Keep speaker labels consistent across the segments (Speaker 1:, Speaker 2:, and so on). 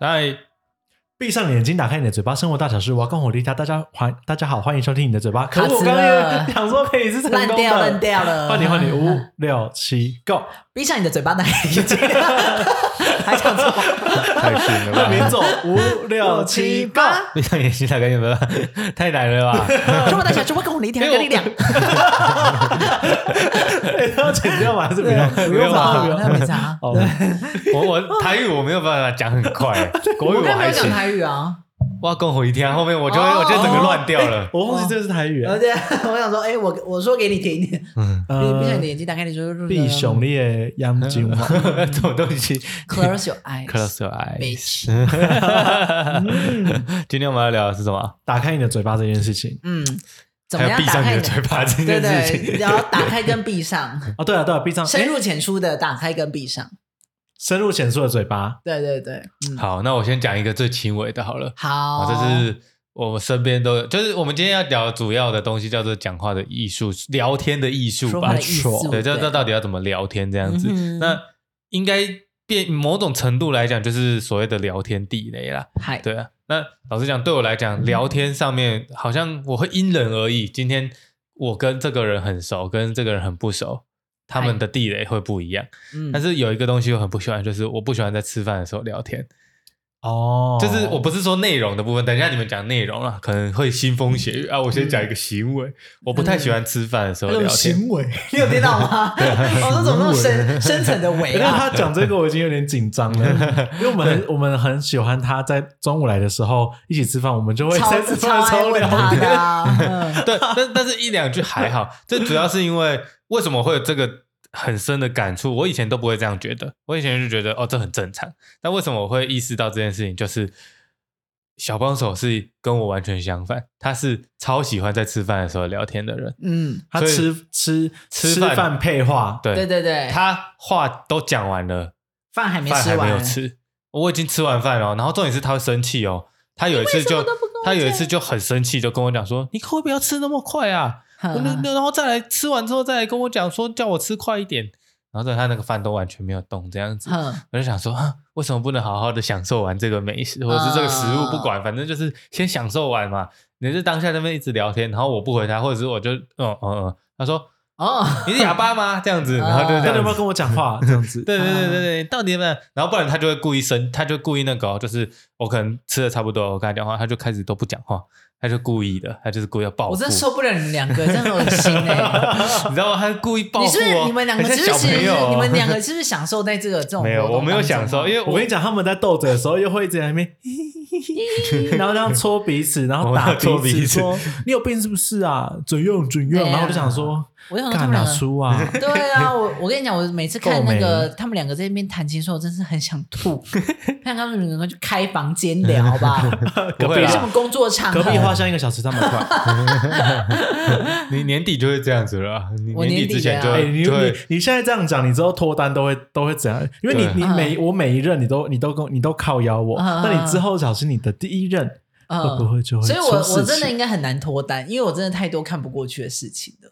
Speaker 1: 嗨，
Speaker 2: 闭上眼睛，打开你的嘴巴，生活大小事，我要跟我离家。大家欢，大家好，欢迎收听你的嘴巴。可
Speaker 3: 卡
Speaker 2: 我
Speaker 3: 死
Speaker 2: 刚
Speaker 3: 了
Speaker 2: 刚也想说可以是成功
Speaker 3: 烂
Speaker 2: 的，
Speaker 3: 掉烂掉了，
Speaker 2: 换你换你，五六七 go，
Speaker 3: 闭上你的嘴巴，打开眼睛，还想错？
Speaker 4: 太逊了
Speaker 2: 那
Speaker 4: 吧！
Speaker 2: 边走，五六七 go。
Speaker 4: 闭上眼睛，大概有没有？太难了吧？
Speaker 3: 中国大小只会跟我离天，跟你两，
Speaker 2: 哎要剪掉吗？还是不要？哦
Speaker 3: 不
Speaker 2: 不用
Speaker 3: 用吧
Speaker 2: 吧，不？
Speaker 3: 那
Speaker 2: 用。
Speaker 3: 没啥。
Speaker 2: 好，
Speaker 4: 我我台语我没有办法讲很快，国
Speaker 3: 我
Speaker 4: 语
Speaker 3: 刚才
Speaker 4: 还
Speaker 3: 没有讲
Speaker 4: 行。
Speaker 3: 台语啊，
Speaker 4: 哇，跟我一天后面我就会我
Speaker 3: 哦
Speaker 4: 就整个乱掉 了。
Speaker 2: 我忘记这是台语。
Speaker 3: 而且我想说，哎，我我说给你听，你
Speaker 4: 嗯，
Speaker 3: 呃闭上你的
Speaker 2: 呃，
Speaker 3: 眼睛，打开你的嘴巴，
Speaker 2: 闭上你的眼睛嘛。
Speaker 4: 什么东西
Speaker 3: ，close your eyes，
Speaker 4: ？Close your eyes
Speaker 3: Bitch。
Speaker 4: 今天我们要聊的是什么？
Speaker 2: 打开你的嘴巴这件事情
Speaker 3: 嗯，怎
Speaker 4: 还
Speaker 3: 么
Speaker 4: 有
Speaker 3: 样
Speaker 4: 闭
Speaker 3: 打
Speaker 4: 上
Speaker 3: 开
Speaker 4: 你
Speaker 3: 你
Speaker 4: 的
Speaker 3: 的
Speaker 4: 嘴巴这
Speaker 3: 对
Speaker 4: 件事
Speaker 3: 对，
Speaker 4: 情。
Speaker 3: 然后打开跟闭上，
Speaker 2: 啊，对啊，对啊，闭上，
Speaker 3: 深
Speaker 2: 哎
Speaker 3: 入浅出的打开跟闭上。
Speaker 2: 深入浅出的嘴巴。
Speaker 3: 对对对，嗯，
Speaker 4: 好，那我先讲一个最轻微的好了。
Speaker 3: 好，
Speaker 4: 啊，这
Speaker 3: 哦
Speaker 4: 是我们身边都有，哦就是我们今天要聊的主要的东西叫做讲话的艺术，聊天的艺术
Speaker 3: 说
Speaker 4: 吧
Speaker 3: 话的。艺术，
Speaker 4: 对，这这到底要怎么聊天这样子？
Speaker 3: 嗯哼
Speaker 4: 那应该变某种程度来讲，就是所谓的聊天地雷啦。
Speaker 3: 嗨，
Speaker 4: 对啊，那老实讲，对我来
Speaker 3: 嗯
Speaker 4: 讲，聊天上面好像我会因人而异。今天我跟这个人很熟，跟这个人很不熟，他们的地雷会不一样。
Speaker 3: 嗯
Speaker 4: 但是有一个东西我很不喜欢，就是我不喜欢在吃饭的时候聊天。
Speaker 2: 哦，
Speaker 4: 就是我不是说内容的部分，等一下你们讲内容了，可能会腥风血雨啊。我先讲一个行为，我不太喜欢吃饭的时候聊天。
Speaker 2: 为。
Speaker 3: 你有听到吗？ 我说怎么那 么深深层的尾
Speaker 2: 因为
Speaker 3: 啊？
Speaker 2: 他讲这个，我已经有点紧张 了，因为我们很我们很喜欢他在中午来的时候一起吃饭，我们就会
Speaker 3: 超
Speaker 2: 在吃饭的时候
Speaker 3: 超爱问
Speaker 2: 聊
Speaker 3: 他的
Speaker 2: 天。
Speaker 3: 啊，嗯
Speaker 4: 对，但但是一两句还好，这主要是因为为什么会有这个很深的感触？我以前都不会这样觉得，我以前就觉得哦，这很正常。但为什么我会意识到这件事情？就是小帮手是跟我完全相反，他是超喜欢在吃饭的时候聊天的人。
Speaker 3: 嗯，
Speaker 2: 他吃吃
Speaker 4: 吃
Speaker 2: 吃
Speaker 4: 饭
Speaker 2: 饭配话，
Speaker 4: 对，
Speaker 3: 对对对，
Speaker 4: 他话都讲完了，
Speaker 3: 饭还没
Speaker 4: 饭还
Speaker 3: 吃
Speaker 4: 没有
Speaker 3: 完，
Speaker 4: 吃，我已经吃完饭了哦。然后重点是他会生气哦，他有一次就他有一次就很生气，就跟我讲说：“你可不可以不要吃那么快啊？
Speaker 3: 哼
Speaker 4: 那那然后再来吃完之后再来跟我讲说叫我吃快一点。”然后他那个饭都完全没有动这样子，
Speaker 3: 哼
Speaker 4: 我就想说，啊为什么不能好好的享受完这个美食，或者是这个食
Speaker 3: 哦
Speaker 4: 物，不管，反正就是先享受完嘛。你是当下那边一直聊天，然后我不回他，或者是我就嗯嗯嗯，他说
Speaker 3: 哦，
Speaker 4: 你是哑巴吗？这样子，然后就这
Speaker 2: 他有
Speaker 4: 样
Speaker 2: 没
Speaker 4: 子
Speaker 2: 有。跟我讲话？这样子，
Speaker 4: 对对
Speaker 3: 啊
Speaker 4: 对对对，到底有没有？然后不然他就会故意生，他就故意那个哦、就是我可能吃的差不多，我跟他讲话，他就开始都不讲话，他就故意的，他就是故意要报复。
Speaker 3: 我真受不了你们两个，真恶心 哎！
Speaker 4: 你知道吗？他是故意报复、
Speaker 3: 你
Speaker 4: 哦。
Speaker 3: 是不是你们两个
Speaker 4: 很
Speaker 3: 是
Speaker 4: 像
Speaker 3: 不
Speaker 4: 小
Speaker 3: 是
Speaker 4: 朋友哦、
Speaker 3: 你们两个是不是享受在这个这 种
Speaker 4: 没有，
Speaker 3: 活动
Speaker 4: 我没有
Speaker 3: 当中
Speaker 4: 享
Speaker 3: 啊
Speaker 4: 受，因为
Speaker 2: 我
Speaker 4: 我
Speaker 2: 跟你讲，他们在斗嘴的时候，又会一直在那 边，然后这样戳彼此，然后
Speaker 4: 我
Speaker 2: 打
Speaker 4: 要戳
Speaker 2: 彼
Speaker 4: 彼
Speaker 2: 此，
Speaker 4: 此
Speaker 2: 说你有病是不是啊？准用准用。
Speaker 3: 对啊
Speaker 2: 然后我就想说，
Speaker 3: 我想说他
Speaker 2: 干
Speaker 3: 们
Speaker 2: 哪
Speaker 3: 两个
Speaker 2: 出啊？
Speaker 3: 对啊，我我跟你讲，我每次看那
Speaker 2: 够
Speaker 3: 个他们两个在那边谈情说，我真是很想 吐。看他们两个去开房间聊吧，
Speaker 4: 不会
Speaker 3: 别什
Speaker 4: 啦
Speaker 3: 么，工作场合
Speaker 2: 隔。壁花香一个小时三百块，
Speaker 4: 你年底就会这样子了啊，你
Speaker 3: 我
Speaker 4: 年
Speaker 3: 年
Speaker 4: 底之
Speaker 3: 底
Speaker 4: 前
Speaker 3: 啊
Speaker 4: 就
Speaker 2: 哎、
Speaker 4: 会、
Speaker 2: 你
Speaker 4: 就
Speaker 2: 你
Speaker 4: 会。
Speaker 2: 你现在这样讲，你之后脱单都会都会怎样？因为你
Speaker 4: 对
Speaker 2: 你
Speaker 3: 嗯
Speaker 2: 每、我每一任你都你都跟你都靠邀我，
Speaker 3: 嗯嗯
Speaker 2: 那、你之后小心你的第一任、会不
Speaker 3: 嗯，
Speaker 2: 会就会出事
Speaker 3: 所以
Speaker 2: 情？
Speaker 3: 我我真的应该很难脱单，因为我真的太多看不过去的事情了。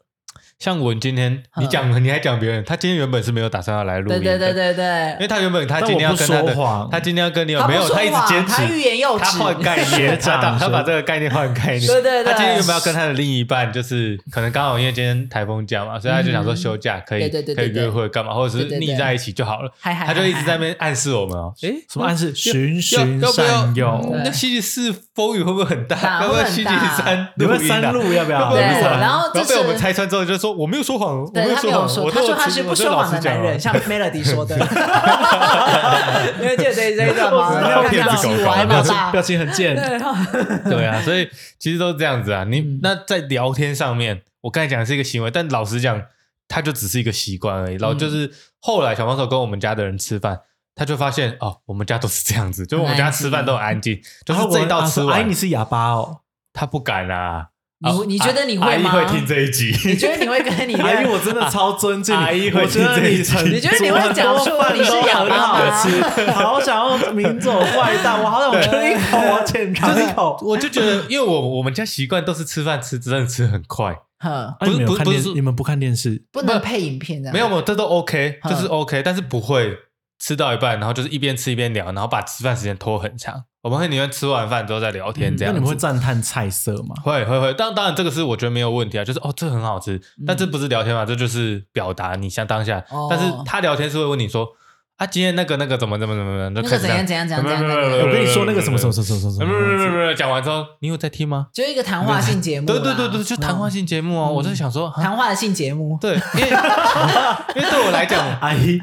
Speaker 4: 像我今天，
Speaker 3: 嗯
Speaker 4: 你讲了，你还讲别人，他今天原本是没有打算要来录
Speaker 3: 对
Speaker 4: 音
Speaker 3: 对
Speaker 4: 的，
Speaker 3: 对对
Speaker 4: 因
Speaker 3: 对，
Speaker 4: 为他原本他
Speaker 2: 但
Speaker 4: 今天要
Speaker 2: 我不
Speaker 4: 跟他
Speaker 2: 说
Speaker 4: 的，
Speaker 2: 谎，
Speaker 4: 他今天要跟你有
Speaker 3: 他不
Speaker 4: 没有？
Speaker 3: 说
Speaker 4: 他一直
Speaker 3: 谎
Speaker 4: 坚
Speaker 3: 他
Speaker 4: 持，
Speaker 3: 欲言又止
Speaker 4: 他换 概念，
Speaker 2: 学
Speaker 4: 他
Speaker 2: 长
Speaker 4: 把他把
Speaker 2: 学
Speaker 4: 这个概念换概念。
Speaker 3: 对对对
Speaker 4: 他今天原本要跟他的另一半，就是可能刚好因为今天台风假嘛，所以他就想说
Speaker 3: 嗯
Speaker 4: 休假可以
Speaker 3: 对对对
Speaker 4: 可以
Speaker 3: 对对
Speaker 4: 约会干嘛，或者
Speaker 3: 对
Speaker 4: 是
Speaker 3: 对对
Speaker 4: 腻在一起就好了。
Speaker 3: 嗨嗨，
Speaker 4: 他就一直在那
Speaker 3: 边。
Speaker 4: 边暗示我们哦，诶，
Speaker 2: 什么暗示？循
Speaker 4: 要
Speaker 2: 循
Speaker 4: 要不要
Speaker 2: 善诱。
Speaker 4: 嗯那星期四风雨会不会很
Speaker 3: 大
Speaker 4: 大？要不要
Speaker 3: 啊会很
Speaker 4: 星期
Speaker 3: 大
Speaker 4: 三
Speaker 2: 你
Speaker 4: 录
Speaker 2: 们
Speaker 4: 音啊
Speaker 2: 三路要不要？
Speaker 4: 要不要
Speaker 3: 对
Speaker 4: 录啊
Speaker 3: 然后
Speaker 4: 然
Speaker 3: 这
Speaker 4: 后被我们
Speaker 3: 是
Speaker 4: 拆穿之后，就说我没有说谎，我没
Speaker 3: 对
Speaker 4: 有
Speaker 3: 他没
Speaker 4: 谎，
Speaker 3: 有
Speaker 4: 我
Speaker 3: 说，
Speaker 4: 都
Speaker 3: 他
Speaker 4: 有
Speaker 3: 说他
Speaker 4: 吃
Speaker 3: 是不
Speaker 4: 我都
Speaker 3: 说
Speaker 4: 老
Speaker 3: 谎
Speaker 4: 实
Speaker 3: 的
Speaker 4: 讲哦啊
Speaker 3: 男
Speaker 4: 了
Speaker 3: 人，像 Melody 说的。你们记得这这一段吗？
Speaker 4: 我知道
Speaker 3: 看
Speaker 4: 骗
Speaker 3: 看
Speaker 4: 子狗
Speaker 3: 戏
Speaker 4: 狗
Speaker 3: 我还
Speaker 2: 表
Speaker 3: 蛮
Speaker 2: 情
Speaker 3: 大
Speaker 2: 表。情很贱，
Speaker 3: 对，然后
Speaker 4: 对啊，所以其实都是这样子啊。你、
Speaker 3: 嗯
Speaker 4: 那在聊天上面，我刚才讲的是一个行为，但老实讲，它就只是一个习惯而已。然后就是后来小帮手跟我们家的人吃饭，他就发现哦，我们家都是这样嗯啊子，就是我们家吃饭都很安静，就
Speaker 2: 然
Speaker 4: 是
Speaker 2: 后
Speaker 4: 这一
Speaker 2: 我
Speaker 4: 道
Speaker 2: 啊
Speaker 4: 吃
Speaker 2: 说哎，
Speaker 4: 完
Speaker 2: 你，是哑巴哦，
Speaker 4: 他不敢啦、啊
Speaker 3: 你、你觉得你
Speaker 4: 阿
Speaker 3: 会
Speaker 4: 姨
Speaker 3: 吗？
Speaker 4: 啊会听这一集？
Speaker 3: 你觉得你会跟你的
Speaker 2: 阿姨，我真的超尊敬你。
Speaker 4: 阿姨会
Speaker 2: 我觉得
Speaker 4: 听这一集
Speaker 2: 你成，
Speaker 3: 你觉得你会讲说你是哑
Speaker 2: 很
Speaker 3: 巴
Speaker 2: 好
Speaker 3: 吗
Speaker 2: 吃，好想要抿嘴坏蛋，我好想吃一口，我要浅尝一口。
Speaker 4: 我就觉 得，因为我我们家习惯都是吃饭吃，真的吃很快，
Speaker 3: 哼，
Speaker 2: 啊你们有
Speaker 4: 不是
Speaker 2: 看
Speaker 4: 不是
Speaker 2: 电，
Speaker 4: 不是
Speaker 2: 你们不看电视？
Speaker 3: 不能配影片这样。
Speaker 4: 没有，没有，这都 OK，
Speaker 3: 嗯
Speaker 4: 就是 OK，但是不会吃到一半，然后就是一边吃一边聊，然后把吃饭时间拖很长。我们会宁愿吃完饭之后再聊天，这
Speaker 2: 那
Speaker 4: 样子、
Speaker 2: 你们会赞叹菜色吗？
Speaker 4: 会会会，当当然这个是我觉得没有问题啊，就是哦这很好吃，但这不是聊天嘛，这就是表达你像当下。
Speaker 3: 哦
Speaker 4: 但是他聊天是会问你说啊今天那个那个怎么怎么怎么怎么，
Speaker 3: 那个怎样怎样怎样怎样怎样怎
Speaker 2: 我
Speaker 3: 样，
Speaker 2: 跟你说那个什么什么什么什么什
Speaker 4: 不不不
Speaker 2: 么，
Speaker 4: 不不，讲完之后你有在听吗？
Speaker 3: 就是一个谈话性节目啦。
Speaker 4: 对对对对，就谈话性节目哦，我就想说
Speaker 3: 嗯
Speaker 4: 啊
Speaker 3: 谈话的性节 目。
Speaker 4: 对，因为因为对我来讲，
Speaker 2: 阿姨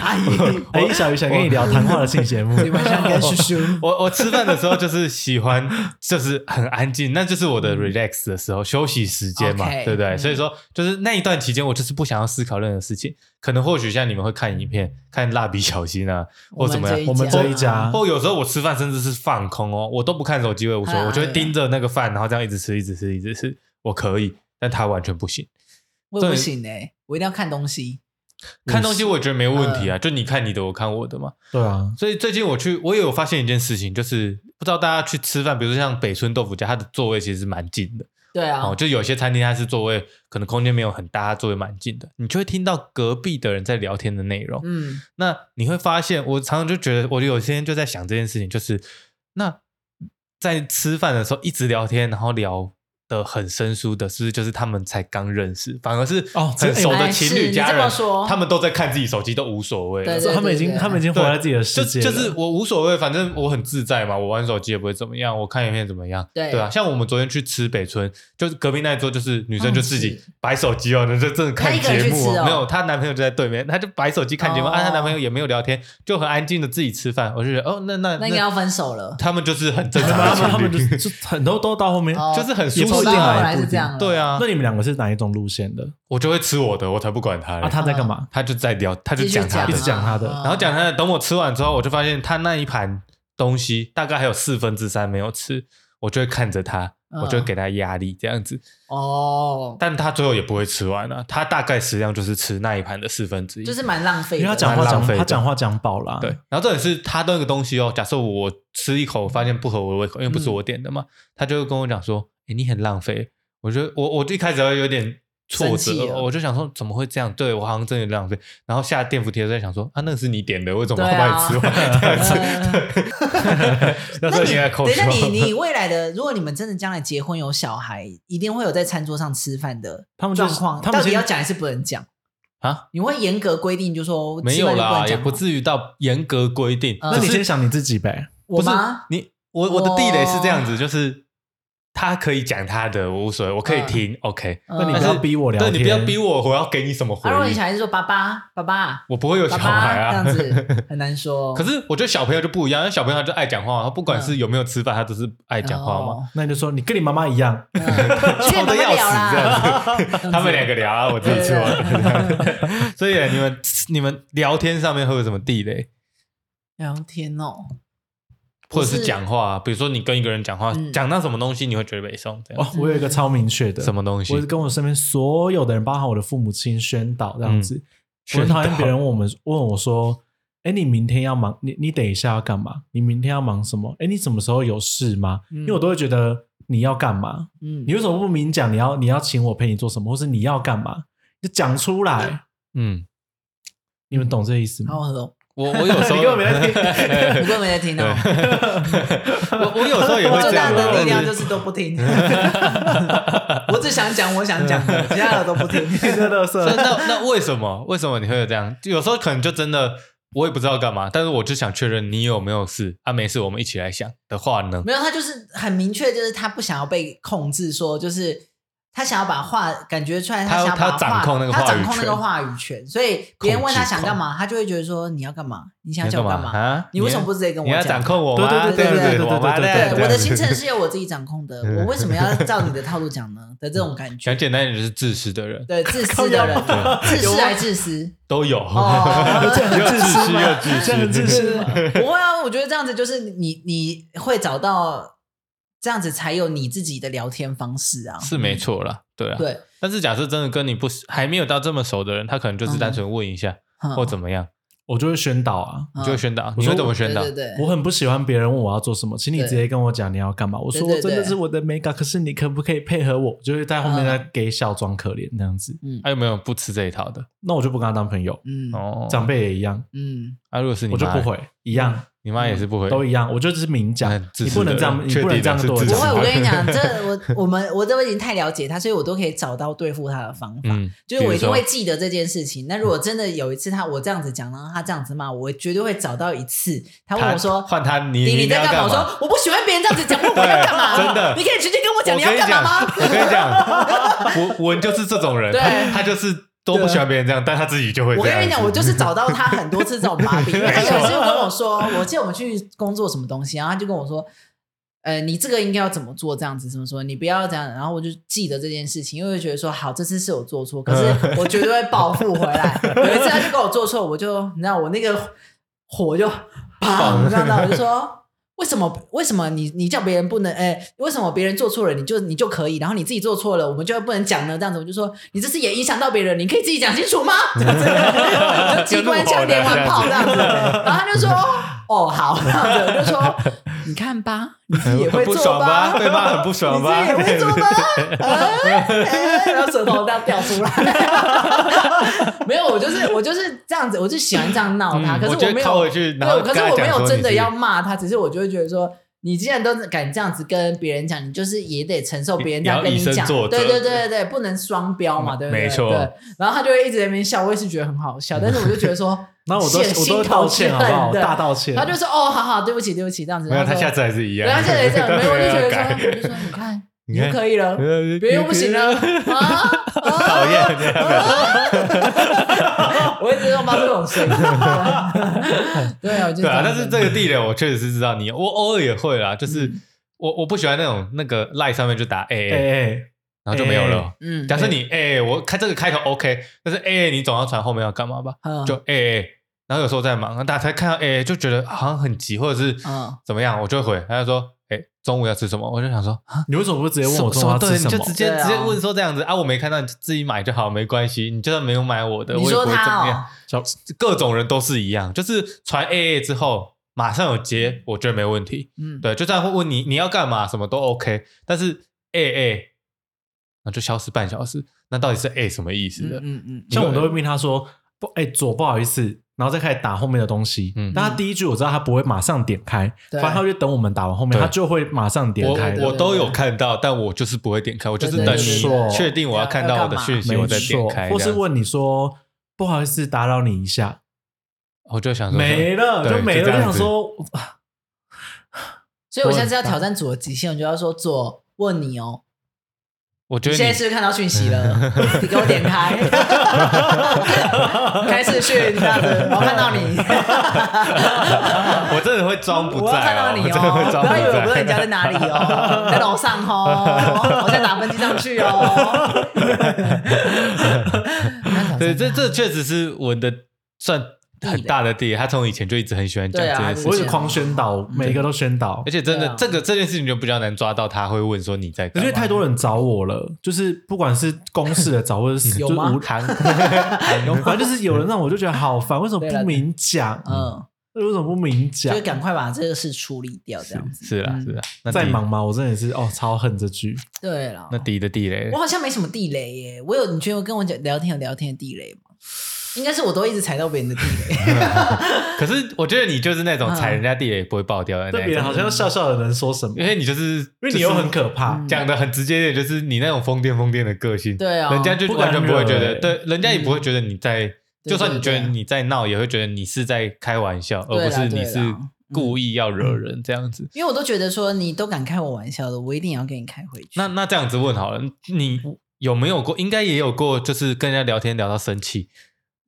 Speaker 2: 阿姨阿姨小鱼想跟你聊谈话的性节目，
Speaker 3: 你晚上跟叔叔，
Speaker 4: 我我吃饭的时候就是喜欢，就是很安静，那就是我的 relax 的时候，休息时间嘛
Speaker 3: 嗯 OK，
Speaker 4: 对不对？
Speaker 3: 嗯
Speaker 4: 所以说，就是那一段期间，我就是不想要思考任何事情。可能或许像你们会看影片，看蜡笔小新啊，或怎么样。
Speaker 2: 我们这一
Speaker 3: 啊
Speaker 2: 家
Speaker 4: 或有时候我吃饭甚至是放空哦，我都不看手机，我也无所谓，
Speaker 3: 啊
Speaker 4: 我就会盯着那个饭，然后这样一直吃，一直吃，一直吃，我可以，但他完全不行。
Speaker 3: 我也不行哎，我一定要看东西。
Speaker 4: 看东西我也觉得没问
Speaker 3: 嗯
Speaker 4: 题啊，就你看你的，我看我的嘛。
Speaker 2: 对啊，
Speaker 4: 所以最近我去，我也有发现一件事情，就是不知道大家去吃饭，比如说像北村豆腐家，它的座位其实是蛮近的，
Speaker 3: 对啊
Speaker 4: 哦，，就有些餐厅它是座位可能空间没有很大，它座位蛮近的，你就会听到隔壁的人在聊天的内容。
Speaker 3: 嗯，
Speaker 4: 那你会发现，我常常就觉得，我有些天就在想这件事情，就是那在吃饭的时候一直聊天，然后聊。的很生疏的，是不是就是他们才刚认识，反而是
Speaker 2: 哦这
Speaker 4: 很熟
Speaker 3: 哎
Speaker 4: 的
Speaker 3: 哎
Speaker 4: 情
Speaker 3: 是
Speaker 4: 侣
Speaker 3: 你
Speaker 4: 家
Speaker 3: 这么
Speaker 4: 人
Speaker 3: 说，
Speaker 4: 他们都在看自己手机，都无所谓了。
Speaker 3: 对对
Speaker 2: 他们已经他们已经活在自己的
Speaker 4: 就
Speaker 2: 世界了，
Speaker 4: 就是我无所谓，反正我很自在嘛，我玩手机也不会怎么样，我看影片怎么样，
Speaker 3: 对
Speaker 4: 啊。像我们昨天去吃北村，就是隔壁那一桌，就是女生就自己
Speaker 3: 嗯是
Speaker 4: 摆手机哦，那就真的看
Speaker 3: 她一个人
Speaker 4: 节
Speaker 3: 去
Speaker 4: 目、
Speaker 3: 吃哦
Speaker 4: 没有，她男朋友就在对面，她就摆手机看节目，
Speaker 3: 哦
Speaker 4: 啊，她男朋友也没有聊天，就很安静的自己吃饭。我就觉得哦，那那
Speaker 3: 那应该要分手 了。
Speaker 4: 他们就是很正
Speaker 2: 他
Speaker 4: 常的
Speaker 2: 们 他们
Speaker 4: 情
Speaker 2: 就
Speaker 4: 侣，
Speaker 2: 是就很多都到后面。
Speaker 3: 哦
Speaker 4: 就是很
Speaker 2: 也
Speaker 4: 舒
Speaker 2: 不
Speaker 4: 服
Speaker 2: 一
Speaker 3: 到
Speaker 2: 定啊
Speaker 3: 后
Speaker 4: 的。
Speaker 3: 来是这样了，
Speaker 4: 对啊
Speaker 2: 那，你们两个是哪一种路线的？
Speaker 4: 我就会吃我的，我才不管他嘞
Speaker 2: 啊，他在干嘛？
Speaker 4: 他就在聊，他就
Speaker 3: 继续
Speaker 4: 讲他
Speaker 3: 讲，
Speaker 4: 的
Speaker 2: 一直讲他的
Speaker 3: 嗯
Speaker 4: 然后讲他的，等我吃完之后，我就发现他那一盘东西大概还有四分之三没有吃，我就会看着他，
Speaker 3: 嗯
Speaker 4: 我就会给他压力这样子。
Speaker 3: 哦，
Speaker 4: 但他最后也不会吃完了、啊，他大概食量就是吃那一盘的四分之一。
Speaker 3: 就是蛮浪费
Speaker 2: 因
Speaker 3: 的。
Speaker 2: 为他讲话
Speaker 4: 蛮浪
Speaker 2: 讲
Speaker 4: 费的
Speaker 2: 他讲话讲饱啦，
Speaker 4: 对，，啊然后重点是他那个东西哦，假设我吃一口发现不合我的胃口，因为不
Speaker 3: 嗯
Speaker 4: 是我点的嘛，他就会跟我讲说：“哎，你很浪费。”我觉得我我一开始会有点挫
Speaker 3: 生气
Speaker 4: 折，
Speaker 3: 了
Speaker 4: 我就想说怎么会这样？对我好像真的浪费。然后下电扶梯的时候在想说：“啊，那个是你点的，为什么要
Speaker 3: 对
Speaker 4: 把
Speaker 3: 啊
Speaker 4: 你吃完？”这样 子，
Speaker 3: 呃
Speaker 4: 那时
Speaker 3: 那
Speaker 4: 候
Speaker 3: 你
Speaker 4: 应该扣
Speaker 3: 等一下，你
Speaker 4: 你
Speaker 3: 你未来的，如果你们真的将来结婚有小孩，一定会有在餐桌上吃饭的
Speaker 2: 他们就
Speaker 3: 状
Speaker 2: 是
Speaker 3: 况，
Speaker 2: 他们
Speaker 3: 到底
Speaker 2: 先
Speaker 3: 要讲还是不能讲？
Speaker 4: 啊，
Speaker 3: 你会严格规定，就说
Speaker 4: 没
Speaker 3: 吃饭
Speaker 4: 有
Speaker 3: 就不
Speaker 4: 啦，
Speaker 3: 能
Speaker 4: 也
Speaker 3: 讲吗
Speaker 4: 不至于到严格规定。
Speaker 3: 嗯
Speaker 2: 那你
Speaker 4: 只是
Speaker 2: 先想你自己呗。
Speaker 3: 我
Speaker 4: 不是
Speaker 3: 吗？哦
Speaker 4: 你我我的地雷是这样子，就是他可以讲他的，我无所谓，我可以听，OK。
Speaker 3: 嗯
Speaker 2: 那你
Speaker 4: 但
Speaker 2: 不
Speaker 4: 是
Speaker 2: 要逼我聊
Speaker 4: 对
Speaker 2: 天，
Speaker 4: 你不要逼我，我要给你什么回
Speaker 3: 啊，如果你
Speaker 4: 应
Speaker 3: 小？孩子说爸爸爸爸
Speaker 4: 我不会有小
Speaker 3: 爸
Speaker 4: 孩
Speaker 3: 爸
Speaker 4: 啊
Speaker 3: 这样。子很难 说。
Speaker 4: 可是我觉得小朋友就不一样，因为小朋友他就爱讲话，他不管是有没有吃饭，他都是爱讲话嘛。
Speaker 3: 哦，
Speaker 2: 那你就说你跟你妈妈一样，
Speaker 3: 嗯去
Speaker 4: 吵得
Speaker 3: 跟爸爸
Speaker 4: 要
Speaker 3: 聊啊
Speaker 4: 死这
Speaker 3: 啦。
Speaker 4: 样子，他们两个聊啊，我自己 吃完
Speaker 3: 啊
Speaker 4: 了。所以你们你们聊天上面会有什么地雷？
Speaker 3: 聊天哦，
Speaker 4: 或者
Speaker 3: 我
Speaker 4: 是
Speaker 3: 是
Speaker 4: 讲话、啊，比如说你跟一个人讲话，
Speaker 3: 嗯
Speaker 4: 讲、到什么东西，你会觉得北宋这样、
Speaker 2: 哦，我有一个超明确的，
Speaker 4: 什么东西
Speaker 2: 我？跟我身边所有的人，包含我的父母亲宣导这样子。我很
Speaker 4: 宣
Speaker 2: 讨厌
Speaker 4: 导
Speaker 2: 别人问我们问我说：“哎，你明天要忙？你你等一下要干嘛？你明天要忙什么？哎，你什么时候有事吗？”
Speaker 3: 嗯
Speaker 2: 因为我都会觉得你要干嘛？
Speaker 3: 嗯
Speaker 2: 你，为什么不明讲？你要你要请我陪你做什么，或是你要干嘛？就讲出来。
Speaker 4: 嗯，
Speaker 2: 你们懂这意思
Speaker 3: 好
Speaker 2: 吗？
Speaker 3: 好喝，哦
Speaker 4: 我我有时候
Speaker 2: 你根本没在
Speaker 4: 哎
Speaker 2: 听
Speaker 3: 我都没在听哦。
Speaker 4: 我我有时候也会
Speaker 3: 我最
Speaker 4: 这
Speaker 3: 大
Speaker 4: 样
Speaker 3: 的力量
Speaker 4: 啊，
Speaker 3: 就是都不听， 我只想讲我想讲的，其他的都不听。
Speaker 2: 你真的是
Speaker 4: 那那那为什么？为什么你会有这样？有时候可能就真的我也不知道干嘛，但是我就想确认你有没有事啊？没事，我们一起来想的话呢？
Speaker 3: 没有，他就是很明确，就是他不想要被控制，说就是他想要把话感觉出来，
Speaker 4: 他
Speaker 3: 想要把话
Speaker 4: 他掌控那个话
Speaker 3: 他
Speaker 4: 语
Speaker 3: 掌控那个
Speaker 4: 权
Speaker 3: 话语权，所以别人问他想干嘛，他就会觉得说你要干嘛，你想要叫我干嘛？
Speaker 4: 啊？
Speaker 3: 你为什么不直接跟
Speaker 4: 你要
Speaker 3: 我
Speaker 4: 掌
Speaker 3: 讲？
Speaker 4: 控我吗？
Speaker 2: 对
Speaker 3: 对对
Speaker 4: 对
Speaker 3: 对
Speaker 2: 对
Speaker 4: 我妈
Speaker 2: 对对
Speaker 4: 蛋
Speaker 2: 对
Speaker 3: 对，
Speaker 2: 对
Speaker 3: 我
Speaker 4: 这
Speaker 3: 的
Speaker 4: 样
Speaker 3: 行
Speaker 4: 子
Speaker 3: 程是由我自己 掌控的，我为什么要照你的套路讲呢？的这
Speaker 2: 嗯
Speaker 3: 种感
Speaker 4: 讲
Speaker 3: 觉，
Speaker 4: 简单一点就是自私的人
Speaker 3: 对自私的人，自私还自私
Speaker 4: 都有，
Speaker 3: 哦
Speaker 2: 这样
Speaker 4: 又
Speaker 2: 自
Speaker 4: 自
Speaker 2: 私
Speaker 4: 私
Speaker 2: 吗
Speaker 4: 又自
Speaker 2: 这样很自
Speaker 4: 私。
Speaker 2: 私吗？
Speaker 3: 不会啊，我觉得这样子就是你你会找到这样子才有你自己的聊天方式啊。
Speaker 4: 是没错啦，对啊。
Speaker 3: 对，
Speaker 4: 但是假设真的跟你不还没有到这么熟的人，他可能就是单纯问一下、或怎
Speaker 3: 么
Speaker 4: 么样，
Speaker 2: 我就会宣导啊。
Speaker 4: 你就会宣导，
Speaker 2: 我
Speaker 4: 你
Speaker 2: 说
Speaker 4: 会怎么宣导？
Speaker 3: 对对
Speaker 2: 我
Speaker 3: 对，
Speaker 2: 很不喜欢别人问我要做什么，请你
Speaker 3: 对
Speaker 2: 直接跟我讲你要干嘛。我说
Speaker 3: 对对
Speaker 2: 我真的是我的美感，可是你可不可以配合我？就是在后面再给笑装可怜那样子，
Speaker 4: 还、有没有不吃这一套的？
Speaker 2: 那我就不跟他当朋友。
Speaker 3: 嗯
Speaker 4: 哎哦，
Speaker 2: 长辈也一样，
Speaker 3: 嗯，
Speaker 4: 啊，如果是你
Speaker 2: 我就
Speaker 4: 妈
Speaker 2: 不，回，一样
Speaker 4: 你妈也是不回，
Speaker 2: 都一样，我就只是明讲
Speaker 4: 那很，自
Speaker 2: 你
Speaker 4: 私
Speaker 2: 不能
Speaker 4: 的
Speaker 2: 这样，
Speaker 4: 人
Speaker 2: 你不能这样
Speaker 4: 确定
Speaker 2: 对我
Speaker 4: 是
Speaker 3: 不
Speaker 4: 自私
Speaker 2: 讲
Speaker 3: 会，
Speaker 4: 的
Speaker 2: 话。，
Speaker 3: 我跟 你讲，这我我们我都已经太了解他，所以我都可以找到对付他的方法。
Speaker 4: 嗯，
Speaker 3: 就是我一定
Speaker 4: 比
Speaker 3: 会
Speaker 4: 如说嗯
Speaker 3: 记得这件事情。那如果真的有一次他我这样子讲，然后他这样子骂我，我绝对会找到一次。他问我说：“
Speaker 4: 换他你
Speaker 3: 你你在
Speaker 4: 要
Speaker 3: 干嘛？”我
Speaker 4: 嘛？
Speaker 3: 说：“我不喜欢别人这样子讲，问我要干嘛？
Speaker 4: 对真的
Speaker 3: 你可以直接跟我
Speaker 4: 我跟
Speaker 3: 讲
Speaker 4: 你
Speaker 3: 你要干
Speaker 4: 讲，
Speaker 3: 嘛吗？”
Speaker 4: 我跟你讲，文文就是这种人，
Speaker 3: 对
Speaker 4: 他他就是都不喜欢别人这样，但他自己就会
Speaker 3: 我
Speaker 4: 这样子。
Speaker 3: 跟你讲，我就是找到他很多 次这种把柄。因为他有一次跟我说，我记得我们去工作什么东西，然后他就跟我说：“呃，你这个应该要怎么做，这样子怎么说，你不要这样。”然后我就记得这件事情，因为我就觉得说好，这次是我做错，可
Speaker 4: 嗯
Speaker 3: 是我绝对会报复回来。有一次他就跟我做错，我就你知道我那个火就 砰，这样的，我就说。为什么？为什么你你叫别人不能？哎、为什么别人做错了你就你就可以，然后你自己做错了，我们就不能讲呢？这样子我就说，你这次也影响到别人，你可以自己讲 清楚吗？这样子，就机关枪连环炮这 样子。然后他就说，哦好，这样子我就说，你看吧，你自己也会
Speaker 4: 很不
Speaker 3: 做
Speaker 4: 爽吧？对吧？很不爽吧？
Speaker 3: 你自己也会做吗？哎然后舌头这样掉 出来。没有，我就是我就是这样子，我就喜欢这样闹他，
Speaker 4: 嗯
Speaker 3: 可是
Speaker 4: 我觉得
Speaker 3: 没有
Speaker 4: 靠回去，然后
Speaker 3: 对，可是
Speaker 4: 跟他
Speaker 3: 我没
Speaker 4: 讲
Speaker 3: 有
Speaker 4: 说
Speaker 3: 真的
Speaker 4: 你是
Speaker 3: 要骂他，只是我就会觉得说，你既然都敢这样子跟别人讲，你就是也得承受别人这样跟你
Speaker 4: 你要以
Speaker 3: 讲
Speaker 4: 身，作则嗯
Speaker 3: 对对对对，不能双标嘛，对不对？
Speaker 4: 没错
Speaker 3: 对。然后他就会一直在那边笑，我也是觉得很好笑，但是我就觉 得说
Speaker 2: 然后我都
Speaker 3: 现
Speaker 2: 我都
Speaker 3: 心
Speaker 2: 会道
Speaker 3: 头之
Speaker 2: 歉好
Speaker 3: 恨
Speaker 2: 不好？
Speaker 3: 的
Speaker 2: 大道歉。
Speaker 3: 他就说哦，好好，对不起，对不起，这样子。
Speaker 4: 没有，
Speaker 3: 然后
Speaker 4: 他
Speaker 3: 说
Speaker 4: 下次还是一样，
Speaker 3: 对，他下次也这 样，没有，我就觉得
Speaker 4: 改
Speaker 3: 说，我就说你看，
Speaker 4: 你
Speaker 3: 你就
Speaker 4: 看呃
Speaker 3: 可以了，别人又不 行了啊！啊
Speaker 4: 讨 厌 这样的，
Speaker 3: 我一直都冒这种声音。 对啊，我就
Speaker 4: 对啊。
Speaker 3: 样
Speaker 4: 但
Speaker 3: 子
Speaker 4: 是这个地雷，我确实是知道你，我偶尔也会啦，就是
Speaker 3: 嗯
Speaker 4: 我我不喜欢那种那个赖上面就打 A
Speaker 2: 哎
Speaker 4: A，
Speaker 2: 哎，
Speaker 4: 然后就没有
Speaker 2: 哎
Speaker 4: 了。
Speaker 3: 嗯
Speaker 4: 假设你 A A，我开这个开头 OK，但是 A A 你总要传后面要干嘛吧？
Speaker 3: 嗯
Speaker 4: 就 A A，然后有时候在忙，然后大家才看到 A A 就觉得好像很急，或者是
Speaker 3: 嗯
Speaker 4: 怎么样，我就会回，他就说，哎，中午要吃什么？我就想说啊。
Speaker 2: 你为什么不直接问我
Speaker 4: 什
Speaker 2: 中午要
Speaker 4: 对
Speaker 2: 吃
Speaker 4: 你
Speaker 2: 什
Speaker 4: 就
Speaker 2: 么
Speaker 4: 直？接
Speaker 3: 对啊
Speaker 4: 直接问说这样子啊，我没看到，你自己买就好，没关系。你就算没有买我的，
Speaker 3: 你
Speaker 4: 我也不
Speaker 3: 说
Speaker 4: 会怎
Speaker 3: 他
Speaker 4: 么
Speaker 3: 哦
Speaker 4: 样。，
Speaker 2: 小
Speaker 4: 各种人都是一样，就是传 AA 之后马上有接，我觉得没问题。
Speaker 3: 嗯，
Speaker 4: 对，就算会问你你要干嘛，什么都 OK，但是 AA 那就消失半小时，那到底是 A 什么意思
Speaker 3: 嗯
Speaker 4: 的？
Speaker 3: 嗯嗯，
Speaker 2: 像我都会命他说不，哎、左不好意思，然后再开始打后面的东西。
Speaker 4: 嗯
Speaker 2: 但他第一句我知道他不会马上点开，
Speaker 3: 对
Speaker 2: 反正他就等我们打完后面，
Speaker 4: 对
Speaker 2: 他就会马上点
Speaker 4: 我
Speaker 2: 开
Speaker 3: 对
Speaker 2: 的。
Speaker 4: 我都有看到，但我就是不会点开，我就是等
Speaker 2: 对对对对
Speaker 4: 你
Speaker 2: 对
Speaker 4: 确定我要看到我的讯息，
Speaker 2: 没
Speaker 4: 我再点
Speaker 2: 错
Speaker 4: 开，。
Speaker 2: 或
Speaker 4: 这
Speaker 2: 是
Speaker 4: 样
Speaker 2: 问你说不好意思打扰你一下，
Speaker 4: 我就想说
Speaker 2: 没了
Speaker 4: 对
Speaker 2: 就没
Speaker 4: 就这
Speaker 2: 了，
Speaker 4: 样
Speaker 2: 就想
Speaker 4: 子
Speaker 2: 说
Speaker 3: 所以我下次要挑战左的极限，我就要说左问你哦，
Speaker 4: 我觉
Speaker 3: 你
Speaker 4: 得
Speaker 3: 现在
Speaker 4: 你
Speaker 3: 是不是看到讯息了？你给我点开，开视讯这样子，我看到你，
Speaker 4: 我真的会装不
Speaker 3: 我要看
Speaker 4: 在
Speaker 3: 到
Speaker 4: 哦，
Speaker 3: 你
Speaker 4: 我真的会
Speaker 3: 哦，
Speaker 4: 装
Speaker 3: 不要以为我不知道
Speaker 4: 在
Speaker 3: 你家在哪里哦，在楼上哦，我在打分机上去哦。
Speaker 4: 对，这这确实是我的算很大的地雷，他从以前就一直很喜欢讲
Speaker 3: 对
Speaker 4: 这
Speaker 3: 啊
Speaker 4: 件事情
Speaker 3: 就
Speaker 2: 我
Speaker 3: 是。
Speaker 2: 一直狂宣导，每一个都宣导
Speaker 4: 嗯而，且真的，
Speaker 3: 对啊
Speaker 4: 这个这件事情就比较难抓到，他会问说你在
Speaker 2: 因
Speaker 4: 干嘛，
Speaker 2: 为太多人找我了，就是不管是公事的找，或者是
Speaker 3: 嗯有
Speaker 2: 就是
Speaker 3: 吗
Speaker 2: 无 谈，反正就是有人让我就觉得好烦，为什么
Speaker 3: 对了
Speaker 2: 不明讲？
Speaker 3: 嗯，
Speaker 2: 为什么不明讲
Speaker 3: 就？赶快把这个事处理掉，这样子。
Speaker 4: 是啦
Speaker 3: 嗯
Speaker 4: 是啦，那
Speaker 2: 在
Speaker 4: 第
Speaker 2: 忙吗？我真的也是哦，超恨这句。
Speaker 3: 对了
Speaker 4: 那，第一的地雷
Speaker 3: 我，好像没什么地雷耶。我有，你觉得我跟我讲聊天有聊天的地雷吗？应该是我都一直踩到别人的地雷。
Speaker 4: 可是我觉得你就是那种
Speaker 3: 嗯
Speaker 4: 踩人家地雷不会爆掉的
Speaker 2: 对
Speaker 4: 那
Speaker 2: 别人好
Speaker 4: 种，
Speaker 2: 像笑笑的能说什么？
Speaker 4: 因为你就是因
Speaker 2: 因为你又很可怕，
Speaker 3: 嗯
Speaker 4: 讲的很直接一点，就是你那种疯癫疯癫的个性，
Speaker 3: 对啊
Speaker 4: 人家就
Speaker 2: 不
Speaker 4: 完
Speaker 2: 敢
Speaker 4: 全不会觉
Speaker 2: 惹
Speaker 4: 得，
Speaker 2: 欸
Speaker 4: 对，人家也不会觉得你在，
Speaker 3: 对
Speaker 4: 就算你觉得
Speaker 3: 对对
Speaker 4: 你在闹，也会觉得你是在开玩笑，
Speaker 3: 对啦嗯
Speaker 4: 而不是你是
Speaker 3: 对啦
Speaker 4: 故意要惹人这样子。
Speaker 3: 因为我都觉得说你都敢开我玩笑的，我一定要跟你开回去。
Speaker 4: 那那这样子问好了，你有没有过？应该也有过，就是跟人家聊天聊到生气，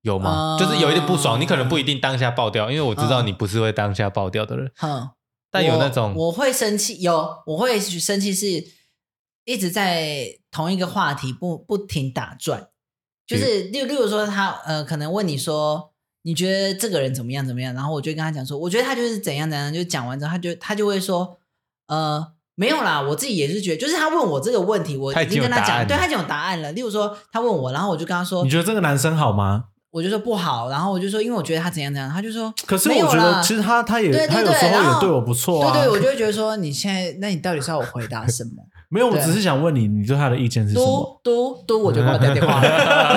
Speaker 4: 有吗？
Speaker 3: 嗯
Speaker 4: 就是有一点不爽，你可能不一定当下爆掉，因为我知道你不是会当下爆掉的人。
Speaker 3: 哼，
Speaker 4: 但有那种
Speaker 3: 我我会生气，有我会生气是一直在同一个话题不不停打转，就是例例如说他呃可能问你说你觉得这个人怎么样怎么样，然后我就跟他讲说我觉得他就是怎样怎样，就讲完之后他就他就会说呃没有啦，我自己也是觉得，就是他问我这个问题，我
Speaker 4: 他已
Speaker 3: 已
Speaker 4: 经有
Speaker 3: 经跟他
Speaker 4: 答
Speaker 3: 讲，
Speaker 4: 案
Speaker 3: 对
Speaker 4: 了
Speaker 3: 他已经有答案了。例如说，他问我，然后我就跟他说
Speaker 2: 你，觉得这个男生好吗？
Speaker 3: 我就说不好，然后我就说，因为我觉得他怎样怎样，他就说，
Speaker 2: 可是
Speaker 3: 没有
Speaker 2: 我觉
Speaker 3: 啦
Speaker 2: 得其实他他也
Speaker 3: 对对
Speaker 2: 他有
Speaker 3: 对
Speaker 2: 时
Speaker 3: 然
Speaker 2: 候
Speaker 3: 后
Speaker 2: 也对我不错
Speaker 3: 对
Speaker 2: 啊，
Speaker 3: 对，我就会觉得说，你现在，那你到底 是要我回答什么？
Speaker 2: 没有，我
Speaker 3: 对
Speaker 2: 只是想问你，你对他的意见是什么？
Speaker 3: 嘟嘟嘟，我就挂掉电话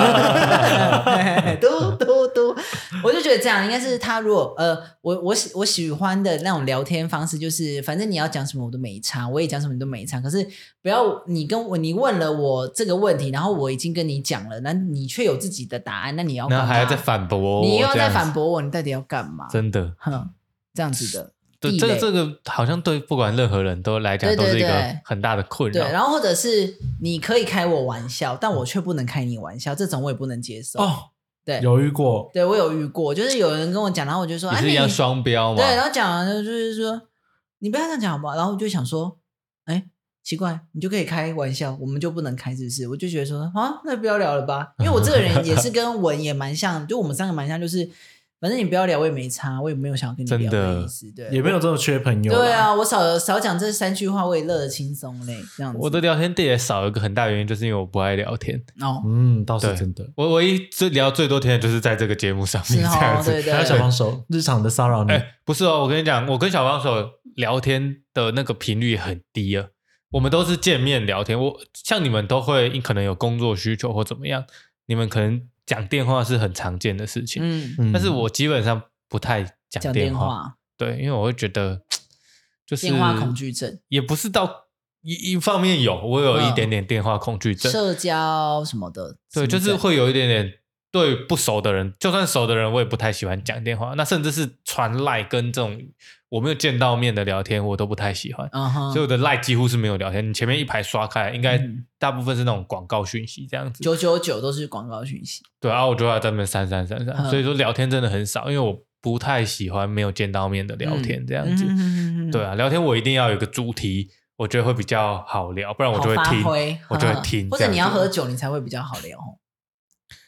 Speaker 3: 了。嘟嘟嘟，我就觉得这样应该是他如果呃，我我喜我喜欢的那种聊天方式，就是反正你要讲什么我都没差，我也讲什么你都没差。可是不要你跟我你问了我这个问题，然后我已经跟你讲了，那你却有自己的答案，那你要干
Speaker 4: 然
Speaker 3: 嘛
Speaker 4: 后还要再反驳我，
Speaker 3: 你又要
Speaker 4: 这样
Speaker 3: 再
Speaker 4: 子
Speaker 3: 反驳我，你到底要干嘛？
Speaker 4: 真的。
Speaker 3: 哼，这样子的。
Speaker 4: 对，
Speaker 3: 地
Speaker 4: 这个
Speaker 3: 雷
Speaker 4: 这个好像对不管任何人都来讲
Speaker 3: 对
Speaker 4: 都是一
Speaker 3: 对
Speaker 4: 个
Speaker 3: 对
Speaker 4: 很大的困
Speaker 3: 对，
Speaker 4: 扰。
Speaker 3: 然后或者是你可以开我玩笑，但我却不能开你玩笑，这种我也不能接受。
Speaker 2: 哦，
Speaker 3: 对，
Speaker 2: 有遇过，
Speaker 3: 对我有遇过，就是有人跟我讲，然后我就说，
Speaker 4: 也
Speaker 3: 啊，
Speaker 4: 是一
Speaker 3: 那
Speaker 4: 样
Speaker 3: 你
Speaker 4: 双标嘛？
Speaker 3: 对，然后讲完了就是说，你不要这样讲好不好？然后我就想说，哎，奇怪，你就可以开玩笑，我们就不能开，是不是？我就觉得说，啊，那不要聊了吧，因为我这个人也是跟文也蛮像，就我们三个蛮像，就是反正你不要聊，我也没差，我也没有想要跟你
Speaker 4: 真
Speaker 3: 聊
Speaker 4: 的
Speaker 3: 意思，对，
Speaker 2: 也没有这种缺朋友啦。
Speaker 3: 对啊，我少少讲这三句话，我也乐得轻松嘞，这样子。
Speaker 4: 我的聊天地也少一个很大原因，就是因为我不爱聊天。
Speaker 3: 哦，
Speaker 2: 嗯，倒是
Speaker 4: 对
Speaker 2: 真的。
Speaker 4: 我唯一最聊最多天的就是在这个节目上面
Speaker 3: 是
Speaker 4: 这样
Speaker 3: 哦，
Speaker 4: 子。
Speaker 3: 对对，
Speaker 2: 还有小帮手，日常的骚扰 你
Speaker 4: 哎、，不是哦，我跟你讲，我跟小帮手聊天的那个频率很低啊。我们都是见面聊天，我像你们都会可能有工作需求或怎么样，你们可能讲电话是很常见的事情，
Speaker 3: 嗯，
Speaker 2: 嗯
Speaker 4: 但是我基本上不太
Speaker 3: 讲
Speaker 4: 讲
Speaker 3: 电
Speaker 4: 电话。
Speaker 3: 话，
Speaker 4: 对，因为我会觉得就是
Speaker 3: 电话恐惧症，
Speaker 4: 也不是到一一方面有，我有一
Speaker 3: 嗯
Speaker 4: 点点电话恐惧症，
Speaker 3: 社交什么的，
Speaker 4: 对，
Speaker 3: 什
Speaker 4: 就
Speaker 3: 么
Speaker 4: 是
Speaker 3: 症
Speaker 4: 会有一点点对不熟的人，就算熟的人，我也不太喜欢讲电话，那甚至是传赖跟这种我没有见到面的聊天，我都不太喜欢。
Speaker 3: 嗯哼，
Speaker 4: 所以我的赖几乎是没有聊天，你前面一排刷开，应该
Speaker 3: 嗯
Speaker 4: 大部分是那种广告讯息这样子。
Speaker 3: 九九九都是广告讯息，
Speaker 4: 对啊，我就要在那边删删删删，
Speaker 3: 嗯
Speaker 4: 所以说聊天真的很少，因为我不太喜欢没有见到面的聊天这样子。
Speaker 3: 嗯
Speaker 4: 对，啊，聊天我一定要有一个主题，我觉得会比较好聊，不然我
Speaker 3: 好
Speaker 4: 就会
Speaker 3: 发
Speaker 4: 听。
Speaker 3: 挥，嗯
Speaker 4: 我就会听
Speaker 3: 或者你
Speaker 4: 这样
Speaker 3: 要
Speaker 4: 子
Speaker 3: 喝酒，你才会比较好聊哦。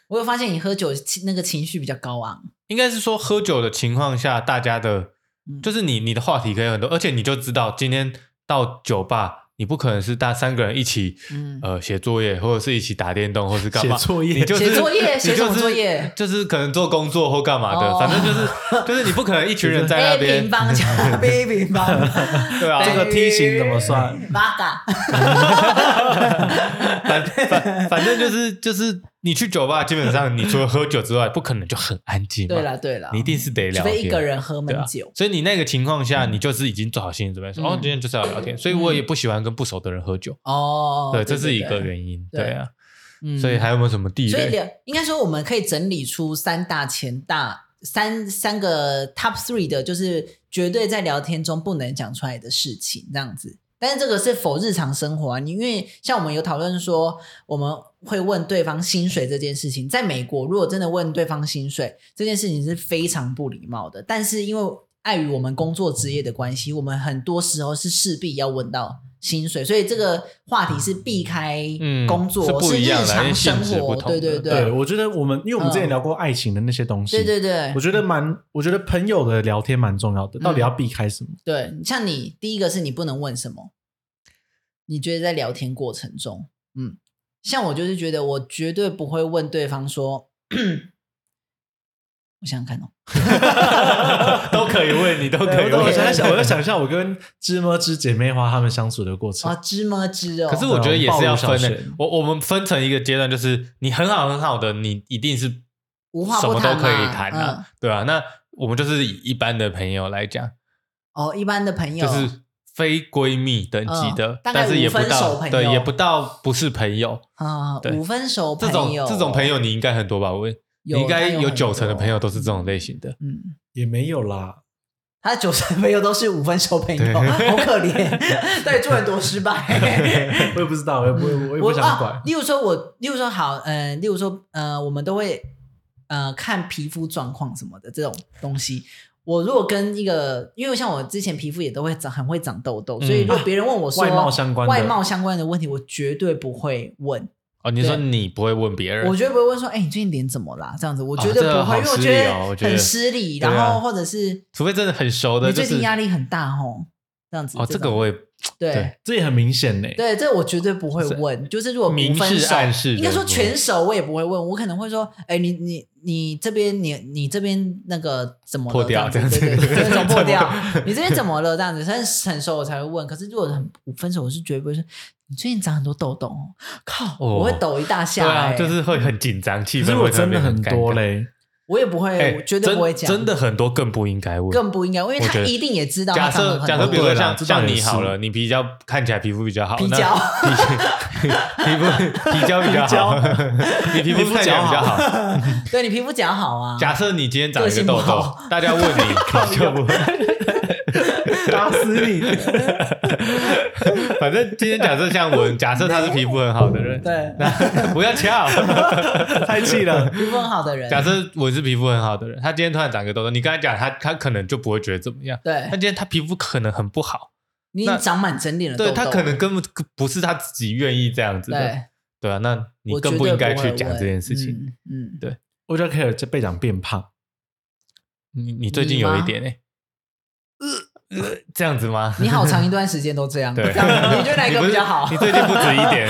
Speaker 3: 我有发现你喝酒情那个情绪比较高昂，
Speaker 4: 应该是说喝酒的情况下，大家的
Speaker 3: 嗯
Speaker 4: 就是你你的话题可以很多，而且你就知道今天到酒吧，你不可能是大三个人一起
Speaker 3: 嗯，
Speaker 4: 呃写作业，或者是一起打电动，或是干嘛
Speaker 2: 写。作
Speaker 4: 你
Speaker 2: 业
Speaker 4: 就是
Speaker 3: 写作业
Speaker 4: 你
Speaker 3: 写什么
Speaker 4: 就是
Speaker 3: 作业
Speaker 4: 就是可能做工作或干嘛的，
Speaker 3: 哦哎
Speaker 4: 反正就是就是你不可能一群人在那
Speaker 3: A
Speaker 4: 边
Speaker 3: 平，方加 B 平方，
Speaker 4: 对啊，
Speaker 2: 这个
Speaker 3: 哎
Speaker 2: 梯形怎么算？
Speaker 3: 八嘎，
Speaker 4: 反反反正就是 就是你去酒吧，基本上你除了喝酒之外，不可能就很安静嘛。
Speaker 3: 对了对了，
Speaker 4: 你一定是得聊
Speaker 3: 除
Speaker 4: 天，
Speaker 3: 非一个人喝
Speaker 4: 对啊
Speaker 3: 闷酒，
Speaker 4: 所以你那个情况下，你就是已经做好心理准备，说
Speaker 3: 嗯
Speaker 4: 哦，今天就是要聊天。所以我也不喜欢跟不熟的人喝酒，
Speaker 3: 哦，
Speaker 4: 对，这是一个原因。
Speaker 3: 对嗯
Speaker 4: 对啊，
Speaker 3: 因
Speaker 4: 所以还有没有什么地
Speaker 3: 所以
Speaker 4: 雷？
Speaker 3: 两应该说，我们可以整理出三大前大三三个 top three 的，就是绝对在聊天中不能讲出来的事情，这样子。但是这个是否日常生活啊？你因为像我们有讨论说，我们会问对方薪水这件事情，在美国如果真的问对方薪水这件事情是非常不礼貌的。但是因为碍于我们工作职业的关系，我们很多时候是势必要问到薪水，所以这个话题是避开
Speaker 4: 嗯
Speaker 3: 工作，
Speaker 4: 是不一样
Speaker 3: 日
Speaker 4: 的因为性
Speaker 3: 常生
Speaker 4: 质不
Speaker 3: 活，
Speaker 4: 同
Speaker 3: 对对
Speaker 4: 的
Speaker 2: 对，我觉得我们，因为我们之前
Speaker 3: 嗯
Speaker 2: 聊过爱情的那些东西，
Speaker 3: 对对对
Speaker 2: 我觉得蛮，我觉得朋友的聊天蛮重要
Speaker 3: 嗯
Speaker 2: 的，到底要避开什么？
Speaker 3: 对，像你第一个是你不能问什么，你觉得在聊天过程中，嗯，像我就是觉得我绝对不会问对方说， 我想想看哦，
Speaker 4: 都可以问你，都可以
Speaker 2: 我
Speaker 4: 问
Speaker 3: 对。
Speaker 2: 在想，我在想一下我跟芝麻芝姐妹花她们相处的过程
Speaker 3: 啊，。芝麻芝哦，
Speaker 4: 可是我觉得也是要分
Speaker 2: 对我们暴露小
Speaker 4: 的
Speaker 2: 学。
Speaker 4: 我我们分成一个阶段，就是你很好很好的，你一定是
Speaker 3: 无话
Speaker 4: 什
Speaker 3: 不
Speaker 4: 么
Speaker 3: 谈
Speaker 4: 都
Speaker 3: 嘛嗯
Speaker 4: 可以谈啊，对啊，那我们就是以一般的朋友来讲，
Speaker 3: 哦，一般的朋友
Speaker 4: 就是非闺蜜等级的
Speaker 3: 嗯，大概
Speaker 4: 但是也不
Speaker 3: 五分熟
Speaker 4: 到
Speaker 3: 朋友
Speaker 4: 对，也不到不是朋友。
Speaker 3: 啊，
Speaker 4: 对
Speaker 3: 五分熟
Speaker 4: 这种
Speaker 3: 朋友
Speaker 4: 这种朋友，你应该很多吧？我你
Speaker 3: 有
Speaker 4: 应该
Speaker 3: 他有
Speaker 4: 有
Speaker 3: 很
Speaker 4: 九成的
Speaker 3: 多
Speaker 4: 朋友都是这种类型的。
Speaker 3: 嗯。
Speaker 2: 也没有啦，
Speaker 3: 他的九成朋友都是五分熟朋友，
Speaker 4: 对
Speaker 3: 好可怜， 到底做人多 失败。
Speaker 2: 我也不知道，我也不，我也不
Speaker 3: 我
Speaker 2: 想管
Speaker 3: 啊。。例如说我，例如说好，呃，例如说，呃，我们都会呃看皮肤状况什么的这种东西。我如果跟一个，因为像我之前皮肤也都会长，很会长痘痘，
Speaker 4: 嗯
Speaker 3: 所以如果别人问我说、
Speaker 2: 外貌相关的
Speaker 3: 外貌相关的问题，我绝对不会问，
Speaker 4: 哦，你说
Speaker 3: 对
Speaker 4: 你不会问别人，
Speaker 3: 我绝对不会问说，哎、你最近脸怎么啦？这样子，我
Speaker 4: 啊
Speaker 3: 绝对不
Speaker 4: 这个
Speaker 3: 会，
Speaker 4: 好
Speaker 3: 因为我
Speaker 4: 失
Speaker 3: 觉
Speaker 4: 礼哦我觉得
Speaker 3: 得很失礼，
Speaker 4: 对啊
Speaker 3: 然后或者是
Speaker 4: 除非真的很熟的，
Speaker 3: 你
Speaker 4: 就
Speaker 3: 最
Speaker 4: 是
Speaker 3: 近压力很大哦，这样子。
Speaker 4: 哦，这个
Speaker 3: 种
Speaker 4: 我也
Speaker 3: 对
Speaker 4: 对
Speaker 2: 这也很明显呢。
Speaker 3: 对，这我绝对不会问。就是如果不分
Speaker 4: 明示
Speaker 3: 手
Speaker 4: 暗示的
Speaker 3: 应该说全手我也不会问，我可能会说，哎，你你你这边你你这边那个怎么了
Speaker 4: 破掉
Speaker 3: 这样子，
Speaker 4: 这
Speaker 3: 对
Speaker 4: 样
Speaker 3: 对
Speaker 4: 子
Speaker 3: 对，这种破掉
Speaker 4: 怎么，
Speaker 3: 你这边怎么了这样子？但是很熟我才会问。可是如果很不分手，我是绝对不会说。你最近长很多痘痘哦，靠！
Speaker 4: 哦
Speaker 3: 我会抖一大
Speaker 4: 对
Speaker 3: 下、
Speaker 4: 啊，
Speaker 3: 哎，
Speaker 4: 就是会很紧张，气
Speaker 2: 其
Speaker 4: 氛
Speaker 2: 实
Speaker 4: 会
Speaker 2: 我
Speaker 4: 特
Speaker 2: 真
Speaker 4: 别
Speaker 2: 的很
Speaker 4: 尴
Speaker 2: 多
Speaker 4: 尬。
Speaker 2: 嘞，
Speaker 3: 我也不会，
Speaker 4: 哎
Speaker 3: 我绝对
Speaker 4: 真
Speaker 3: 不会讲，
Speaker 4: 真的很多更不应该问，
Speaker 3: 更不应该，因为
Speaker 4: 我
Speaker 3: 他
Speaker 4: 觉得
Speaker 3: 一定也知道
Speaker 4: 假
Speaker 3: 他长
Speaker 4: 设
Speaker 3: 了很
Speaker 4: 假
Speaker 3: 多
Speaker 4: 设，
Speaker 3: 痘
Speaker 4: 比如
Speaker 3: 痘
Speaker 4: 说
Speaker 2: 对啦
Speaker 4: 像
Speaker 2: 这倒
Speaker 4: 像
Speaker 2: 也
Speaker 4: 你好
Speaker 2: 是
Speaker 4: 了，你皮胶看起来皮肤比较好，
Speaker 3: 皮
Speaker 4: 那
Speaker 3: 胶
Speaker 4: 皮皮肤皮胶 比较
Speaker 2: 皮胶
Speaker 4: 好， 你皮肤看起来比较好。
Speaker 3: 对你皮肤讲好啊，
Speaker 4: 假设你今天长了一
Speaker 3: 个
Speaker 4: 个
Speaker 3: 性不
Speaker 4: 痘痘
Speaker 3: 好，
Speaker 4: 大家问 你，你就不会。
Speaker 2: 打死 你！
Speaker 4: 反正今天假设像我， 假设他是皮肤很好的人，
Speaker 3: 对，
Speaker 4: 不要抢。
Speaker 2: 太气了。
Speaker 3: 皮肤很好的人，
Speaker 4: 假设我是皮肤很好的人，他今天突然长个痘痘，你跟他讲，他他可能就不会觉得怎么样。
Speaker 3: 对
Speaker 4: 但今天他皮肤可能很不好，
Speaker 3: 你已经长满整脸的痘
Speaker 4: 对
Speaker 3: 痘，
Speaker 4: 他可能根本不是他自己愿意这样子的，
Speaker 3: 对，
Speaker 4: 对啊，那你
Speaker 3: 我
Speaker 4: 更
Speaker 3: 绝
Speaker 4: 不
Speaker 3: 对
Speaker 4: 应该
Speaker 3: 会
Speaker 4: 去讲
Speaker 3: 问
Speaker 4: 这件事情。，
Speaker 3: 嗯，嗯
Speaker 4: 对
Speaker 2: 我就 care 这被长变胖，
Speaker 4: 你你最近
Speaker 3: 嗯你吗
Speaker 4: 有一点哎，呃这样子吗？
Speaker 3: 你好长一段时间都这 样，
Speaker 4: 对
Speaker 3: 这样你觉得哪一个
Speaker 4: 不是
Speaker 3: 比较好
Speaker 4: 你？最近不止一点，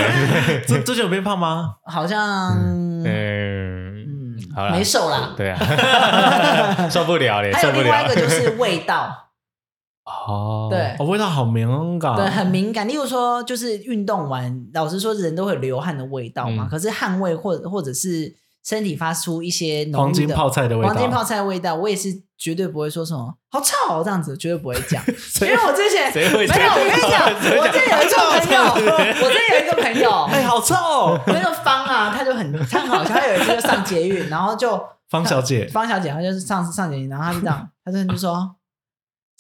Speaker 2: 这之前有变胖吗？
Speaker 3: 好像 嗯，
Speaker 4: 嗯，好啦
Speaker 3: 没瘦啦。
Speaker 4: 对 啊，受不了嘞，
Speaker 3: 还
Speaker 4: 受
Speaker 3: 有
Speaker 4: 不
Speaker 3: 另外一
Speaker 4: 了
Speaker 3: 个。就是味道，
Speaker 4: 哦，
Speaker 3: 对
Speaker 2: 哦，味道好敏感，
Speaker 3: 对，很敏感。例如说，就是运动完，老实说，人都会有流汗的味道嘛。
Speaker 4: 嗯
Speaker 3: 可是汗味或或者是身体发出一些浓
Speaker 2: 黄
Speaker 3: 郁
Speaker 2: 金
Speaker 3: 的
Speaker 2: 泡菜的味道，
Speaker 3: 黄金泡菜的味道，我也是绝对不会说什么好臭哦这样子，绝对不会 讲，因为我之前
Speaker 4: 谁会
Speaker 3: 没
Speaker 4: 讲
Speaker 3: 有，我跟你讲，我之前有一个朋 友，我之前有一个朋友，
Speaker 2: 哎，好臭 哦！
Speaker 3: 那个方啊，他就很他很好笑，他有一次就上捷运，然后就
Speaker 2: 方小姐，
Speaker 3: 方小姐，她就是上上捷运，然后她就这样，她真的就说。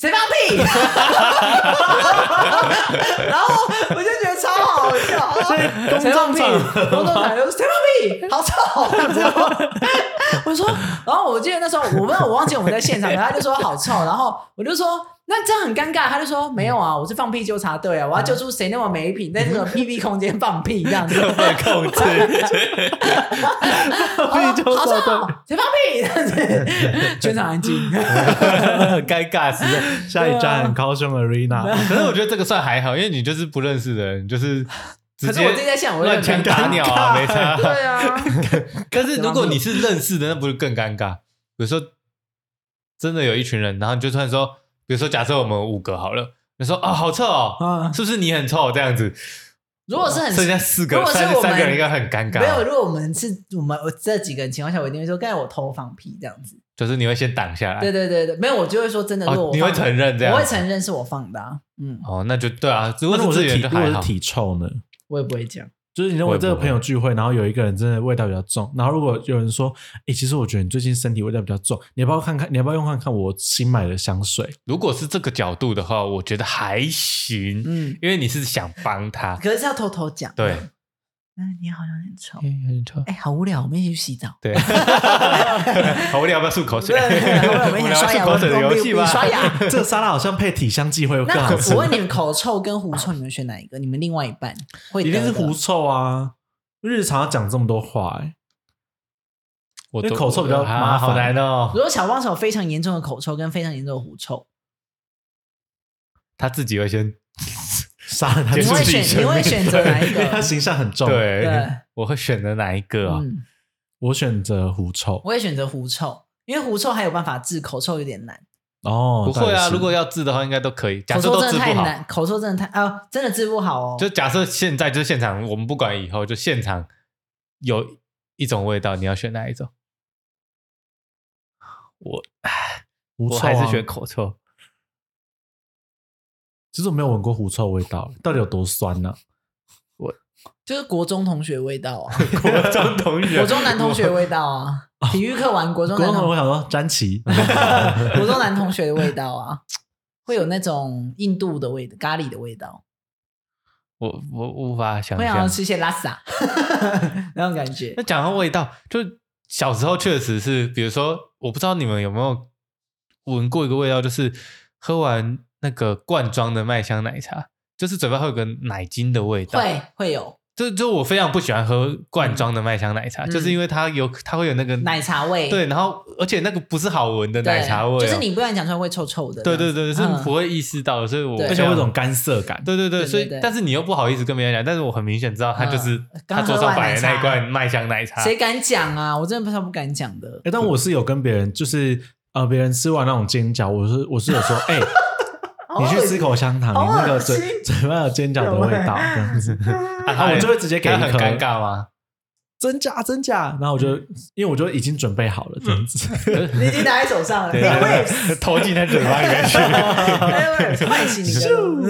Speaker 3: 谁放屁？ 然后我就觉得超好笑，
Speaker 2: 所以公
Speaker 3: 谁放
Speaker 2: 众
Speaker 3: 屁？
Speaker 2: 场
Speaker 3: 公众场就谁放屁？好臭！然后 我说，然后我记得那时候我们我忘记我们在现场，然后他就说好臭，然后我就说那这样很尴尬，他就说没有啊，我是放屁纠察队啊，我要揪出谁那么没品，在这
Speaker 2: 嗯
Speaker 3: 种屁屁空间放屁这样子。
Speaker 4: 被控制，
Speaker 3: 哦
Speaker 2: 屁纠
Speaker 3: 好
Speaker 2: 察队
Speaker 3: 臭，谁放屁？ 这样子，全场安静。
Speaker 4: 很尴尬死了。
Speaker 2: 下一站高雄 arena，
Speaker 4: 可是我觉得这个算还好，因为你就是不认识的人，你就是直
Speaker 3: 可是我
Speaker 4: 接
Speaker 3: 自己在想，我就
Speaker 4: 乱
Speaker 3: 很
Speaker 4: 枪
Speaker 3: 尴
Speaker 4: 打
Speaker 3: 尬。
Speaker 4: 鸟啊，没差。
Speaker 3: 对啊，
Speaker 4: 但是如果你是认识的，那不是更尴尬？比如说，真的有一群人，然后你就突然说，比如说假设我们五个好了，你说啊、好臭哦，
Speaker 2: 嗯
Speaker 4: 是不是你很臭这样子？
Speaker 3: 如果是很
Speaker 4: 剩下四个
Speaker 3: 如，果是
Speaker 4: 三
Speaker 3: 我们
Speaker 4: 三个人应该很尴
Speaker 3: 没有，
Speaker 4: 尬，啊
Speaker 3: 如果我们是我们我这几个人情况下，我一定会说，刚才我偷放屁这样子。
Speaker 4: 就是你会先挡下来。
Speaker 3: 对对对对，没有，我就会说真的，如果
Speaker 4: 哎哦
Speaker 3: 我，
Speaker 4: 你会
Speaker 3: 放
Speaker 4: 承认这样？
Speaker 3: 我会承认是我放的、啊，嗯，
Speaker 4: 哦，那就对啊。如果
Speaker 2: 那如果
Speaker 4: 自
Speaker 2: 是
Speaker 4: 己人就
Speaker 2: 体如果
Speaker 4: 还
Speaker 2: 是
Speaker 4: 好。
Speaker 2: 体臭呢？
Speaker 3: 我也不会讲。
Speaker 2: 就是你认为这个朋友聚会，然后有一个人真的味道比较重，然后如果有人说，哎、其实我觉得你最近身体味道比较重，你要不要看看？你要不要用看看我新买的香 水？
Speaker 4: 如果是这个角度的话，我觉得还行，
Speaker 3: 嗯
Speaker 4: 因为你是想帮他。
Speaker 3: 可是要偷偷讲。
Speaker 4: 对，
Speaker 3: 嗯，你好像很丑。
Speaker 4: 很臭。
Speaker 3: 哎、好无聊，我们一起去 洗澡。
Speaker 4: 对，好无聊，要不要漱口水？
Speaker 3: 对，我们一起来刷牙，
Speaker 4: 漱
Speaker 3: 我
Speaker 4: 口
Speaker 3: 们
Speaker 4: 水的游戏吧。
Speaker 3: 刷牙。
Speaker 2: 这个沙拉好像配体香剂会更
Speaker 3: 那
Speaker 2: 好吃
Speaker 3: 我，问你们，口臭跟狐臭，你们选哪一个？你们另外一半会
Speaker 2: 一定是
Speaker 3: 得的
Speaker 2: 狐臭啊！日常要讲这么多话、 欸，
Speaker 4: 我
Speaker 2: 因为
Speaker 4: 都
Speaker 2: 口臭比较
Speaker 4: 啊
Speaker 2: 麻烦
Speaker 4: 好难哦。
Speaker 3: 如果小帮手非常严重的口臭跟非常严重的狐臭，
Speaker 4: 他自己会先
Speaker 2: 杀了他
Speaker 4: 结
Speaker 3: 你
Speaker 4: 束
Speaker 3: 会
Speaker 4: 自己
Speaker 3: 选你
Speaker 4: 生
Speaker 3: 会
Speaker 4: 命
Speaker 3: 选择哪一
Speaker 2: 因 为他
Speaker 3: 个？
Speaker 2: 形象很重。，
Speaker 4: 对
Speaker 3: 对，
Speaker 4: 我会选择哪一个啊？
Speaker 3: 嗯，
Speaker 2: 我选择狐臭。
Speaker 3: 我也选择狐臭，因为狐臭还有办法治，口臭有点难。
Speaker 2: 哦，
Speaker 4: 不会
Speaker 2: 倒也
Speaker 4: 啊，
Speaker 2: 是
Speaker 4: 如果要治的话，应该都可以。假
Speaker 3: 口
Speaker 4: 设
Speaker 3: 臭
Speaker 4: 都
Speaker 3: 真
Speaker 4: 治
Speaker 3: 的太
Speaker 4: 不好，
Speaker 3: 难，口臭真的太啊，真的治不好哦。
Speaker 4: 就假设现在就现场，我们不管以后，就现场有一种味道，你要选哪一种？我
Speaker 2: 狐臭、
Speaker 4: 我
Speaker 2: 啊，
Speaker 4: 还是选。口臭。
Speaker 2: 其实我没有闻过狐臭味道，到底有多酸啊呢、
Speaker 3: 就是国中同学味道 啊，
Speaker 4: 国中同啊学，
Speaker 3: 国中男同学味 道啊，体育课玩国中
Speaker 2: 国
Speaker 3: 男
Speaker 2: 中同学
Speaker 3: 同
Speaker 2: 我想说詹 奇，
Speaker 3: 啊国中男同学的味道啊，会有那种印度的味道、咖喱的味道，
Speaker 4: 我我无法想
Speaker 3: 会想啊要
Speaker 4: 象。
Speaker 3: 吃一些拉萨 那种感 觉
Speaker 4: 那。讲到味道，就小时候确实是，比如说，我不知道你们有没有闻过一个味道，就是喝完那个罐装的麦香奶茶，就是嘴巴会有个奶精的味道。
Speaker 3: 会会有，
Speaker 4: 这就我非常不喜欢喝罐装的麦香奶茶，
Speaker 3: 嗯
Speaker 4: 就是因为它有它会有那个
Speaker 3: 奶茶味，
Speaker 4: 对，然后而且那个不是好闻的
Speaker 3: 对
Speaker 4: 奶茶味哦、
Speaker 3: 就是你不然讲出来会臭臭的。
Speaker 4: 对
Speaker 3: 这
Speaker 4: 对
Speaker 3: 样子
Speaker 4: 对，是
Speaker 3: 嗯
Speaker 4: 不会意识到的，所以我
Speaker 3: 对
Speaker 2: 而且会有一种干涩感。
Speaker 4: 对对
Speaker 3: 对
Speaker 4: 对，
Speaker 3: 对
Speaker 4: 所以
Speaker 3: 对
Speaker 4: 但是你又不好意思跟别人讲，但是我很明显知道他就是
Speaker 3: 嗯
Speaker 4: 他桌上摆的那一罐麦香奶茶，
Speaker 3: 谁敢讲啊？我真的不知道不敢讲的。
Speaker 2: 哎，但我是有跟别人，就是呃，别人吃完那种煎饺，我是我是有 说，哎，你去吃口香糖，
Speaker 3: 哦好恶
Speaker 2: 你那个
Speaker 3: 心
Speaker 2: 嘴嘴巴有煎饺的味道，这样 子，
Speaker 4: 啊
Speaker 2: 啊，我就会直接给
Speaker 4: 他
Speaker 2: 一
Speaker 4: 很
Speaker 2: 颗
Speaker 4: 尴尬吗？
Speaker 2: 真假真假，然后我
Speaker 4: 嗯
Speaker 2: 就因为我就已经准备好了这样子，
Speaker 3: 你已经拿在手上 了，
Speaker 4: 对啊对，投进他嘴巴里面去。
Speaker 3: 唤醒 你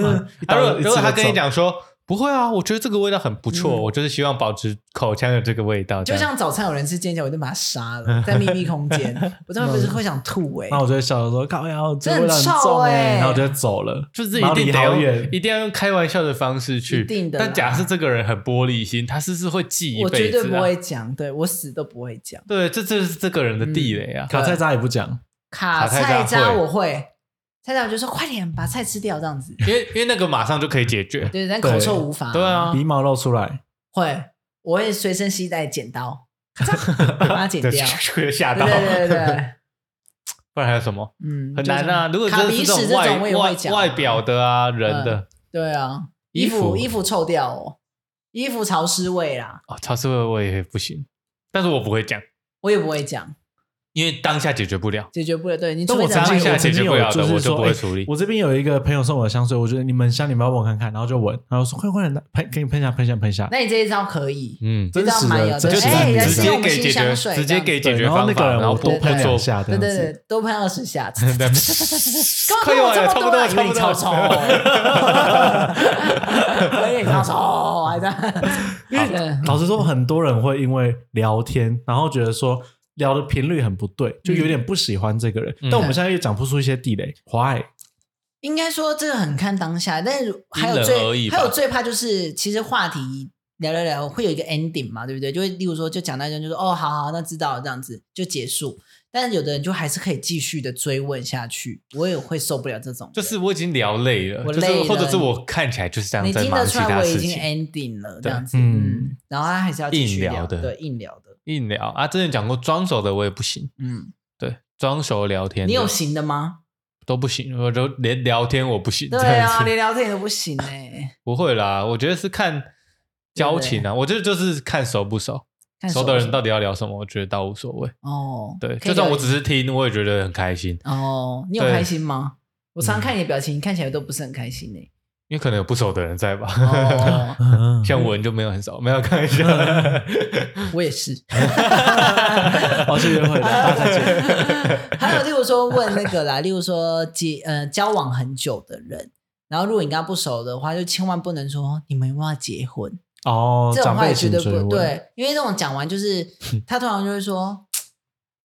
Speaker 3: 的。
Speaker 4: 啊如果如果 他跟你
Speaker 2: 讲。
Speaker 4: 讲说不会啊，我觉得这个味道很不错，我就是希望保持口腔的这个味道，
Speaker 3: 就
Speaker 4: 这样
Speaker 3: 像早餐有人吃煎饺，我就把他杀了，在秘密空间，我真的 不是会想吐哎
Speaker 2: 然。后我就会笑着说：“靠呀，我
Speaker 3: 这很
Speaker 2: 味道很
Speaker 3: 臭
Speaker 2: 重
Speaker 3: 欸
Speaker 2: 欸然后我就走了，
Speaker 4: 就是
Speaker 2: 然
Speaker 4: 一
Speaker 2: 后
Speaker 4: 定
Speaker 2: 离
Speaker 4: 得
Speaker 2: 好
Speaker 4: 用
Speaker 2: 远，
Speaker 4: 一定要用开玩笑的方式去。
Speaker 3: 一定的啦
Speaker 4: 但假设这个人很玻璃心，他是不是会记一
Speaker 3: 我绝
Speaker 4: 辈
Speaker 3: 对
Speaker 4: 子
Speaker 3: 不
Speaker 4: 啊？
Speaker 3: 会讲，对我死都不会讲。
Speaker 4: 对，这这是这个人的地雷啊！
Speaker 2: 卡菜渣也不讲，
Speaker 3: 卡菜
Speaker 4: 卡菜渣
Speaker 3: 渣
Speaker 4: 会
Speaker 3: 我会，菜渣我就说快点把菜吃掉这样子。
Speaker 4: 因为因为那个马上就可以解决。
Speaker 3: 对，但
Speaker 2: 对
Speaker 3: 口臭无法。
Speaker 4: 对啊，
Speaker 2: 鼻毛露出来，
Speaker 3: 会，我会随身携带剪刀， 把它剪掉。对
Speaker 4: 会吓到。
Speaker 3: 对对对，
Speaker 4: 不然还有什么？
Speaker 3: 嗯，
Speaker 4: 很
Speaker 3: 就
Speaker 4: 难
Speaker 3: 这样
Speaker 4: 啊！如果
Speaker 3: 卡
Speaker 4: 真的
Speaker 3: 鼻
Speaker 4: 是这
Speaker 3: 屎这
Speaker 4: 种外
Speaker 3: 种我也
Speaker 4: 外
Speaker 3: 会讲啊，
Speaker 4: 外表的啊，人的
Speaker 3: 对啊，
Speaker 4: 衣
Speaker 3: 衣
Speaker 4: 服
Speaker 3: 服衣服臭掉哦，衣服潮湿味啦，
Speaker 4: 哦，超市味我也不行，但是我不会讲，
Speaker 3: 我也不会讲，
Speaker 4: 因为当下解决不了。
Speaker 3: 解决不了。对你除
Speaker 2: 但
Speaker 3: 非
Speaker 2: 我
Speaker 3: 这样
Speaker 2: 曾
Speaker 4: 当
Speaker 2: 经
Speaker 4: 下
Speaker 2: 我
Speaker 4: 解
Speaker 2: 曾
Speaker 4: 决
Speaker 2: 经
Speaker 4: 不了
Speaker 2: 有
Speaker 4: 的
Speaker 2: 就是
Speaker 4: 我就
Speaker 2: 说，
Speaker 4: 不会
Speaker 2: 哎
Speaker 4: 处理
Speaker 2: 我这边有一个朋友送我的香水，我觉得你们香，你们要闻看看，然后就闻，然后说快快点来喷，给你喷一下，喷一下，喷一下。
Speaker 3: 那你这一招可以，
Speaker 4: 嗯，
Speaker 3: 这
Speaker 2: 真
Speaker 3: 招
Speaker 2: 实
Speaker 3: 蛮有
Speaker 2: 的，
Speaker 3: 对
Speaker 2: 真
Speaker 4: 就
Speaker 2: 实
Speaker 4: 直
Speaker 3: 哎
Speaker 2: 的
Speaker 3: 也
Speaker 2: 很
Speaker 3: 是
Speaker 4: 直
Speaker 2: 真
Speaker 4: 接
Speaker 3: 用
Speaker 4: 给
Speaker 3: 心
Speaker 4: 解决，
Speaker 3: 香水
Speaker 4: 直接给解
Speaker 2: 对
Speaker 4: 决
Speaker 2: 然后
Speaker 4: 方
Speaker 2: 那
Speaker 4: 法，
Speaker 2: 个人
Speaker 4: 然后
Speaker 2: 我
Speaker 4: 不
Speaker 2: 多
Speaker 3: 对对
Speaker 4: 不
Speaker 2: 喷两
Speaker 4: 做。
Speaker 2: 下，这
Speaker 3: 对
Speaker 2: 样
Speaker 3: 对
Speaker 2: 子。
Speaker 3: 对，多喷二 十下，
Speaker 4: 真的
Speaker 3: 干嘛跟我这么多啊？
Speaker 4: 快用
Speaker 3: 你
Speaker 4: 完了
Speaker 3: 领
Speaker 4: 差
Speaker 3: 超
Speaker 4: 不
Speaker 3: 臭，
Speaker 4: 多
Speaker 3: 我也领超 臭，还在，对
Speaker 2: 老实说，很多人会因为聊天，然后觉得说聊的频率很不对，就有点不喜欢这个人。
Speaker 4: 嗯
Speaker 2: 但我们现在又讲不出一些地雷，why？
Speaker 3: 应该说这个很看当下，但是还有
Speaker 4: 因人而
Speaker 3: 最
Speaker 4: 异吧
Speaker 3: 还有最怕就是，其实话题聊聊聊会有一个 ending 嘛，对不对？就会例如说就讲到一段，就说哦，好好，那知道了这样子就结束。但是有的人就还是可以继续的追问下去，我也会受不了这种人。
Speaker 4: 就是我已经聊累了，
Speaker 3: 我
Speaker 4: 就是
Speaker 3: 累了
Speaker 4: 或者是我看起来就是这样
Speaker 3: 你
Speaker 4: 在
Speaker 3: 听得
Speaker 4: 忙其
Speaker 3: 出来
Speaker 4: 他
Speaker 3: 我已
Speaker 4: 事
Speaker 3: 经哎
Speaker 4: 情，
Speaker 3: ending 了这样子，
Speaker 2: 嗯
Speaker 3: 嗯，然后他还是要继续
Speaker 4: 硬聊的
Speaker 3: 对，硬聊的，
Speaker 4: 硬聊啊。之前讲过装熟的我也不行，
Speaker 3: 嗯，
Speaker 4: 对，装熟聊天的
Speaker 3: 你有行的 吗？
Speaker 4: 都不行，我就连聊天我不行，
Speaker 3: 对
Speaker 4: 这样
Speaker 3: 啊，
Speaker 4: 子
Speaker 3: 连聊天都不行哎，
Speaker 4: 不会啦，我觉得是看交情啊，我觉得就是看熟不熟，
Speaker 3: 看
Speaker 4: 熟的人
Speaker 3: 到
Speaker 4: 到底要聊什么，我觉得倒无所谓。
Speaker 3: 哦，
Speaker 4: 对，
Speaker 3: 可以
Speaker 4: 就算
Speaker 3: 聊
Speaker 4: 我只是听，我也觉得很开心，
Speaker 3: 哦，你有
Speaker 4: 对
Speaker 3: 开心吗？我
Speaker 4: 嗯
Speaker 3: 常看你的表情，你看起来都不是很开 心呢。
Speaker 4: 因为可能有不熟的人在吧。
Speaker 3: 哦，
Speaker 2: 嗯
Speaker 4: 像我人就没有很熟，没有开玩笑。
Speaker 3: 我也是。
Speaker 2: 我去约会的，大概这样
Speaker 3: 还有，例如说问那个啦，例如说结呃交往很久的人，然后如果你跟他不熟的话，就千万不能说哦你们有没有要结婚，
Speaker 2: 哦，
Speaker 3: 这种
Speaker 2: 长
Speaker 3: 话
Speaker 2: 辈
Speaker 3: 也绝
Speaker 2: 请
Speaker 3: 对
Speaker 2: 追
Speaker 3: 不
Speaker 2: 问，
Speaker 3: 对，因为这种讲完就是他通常就会说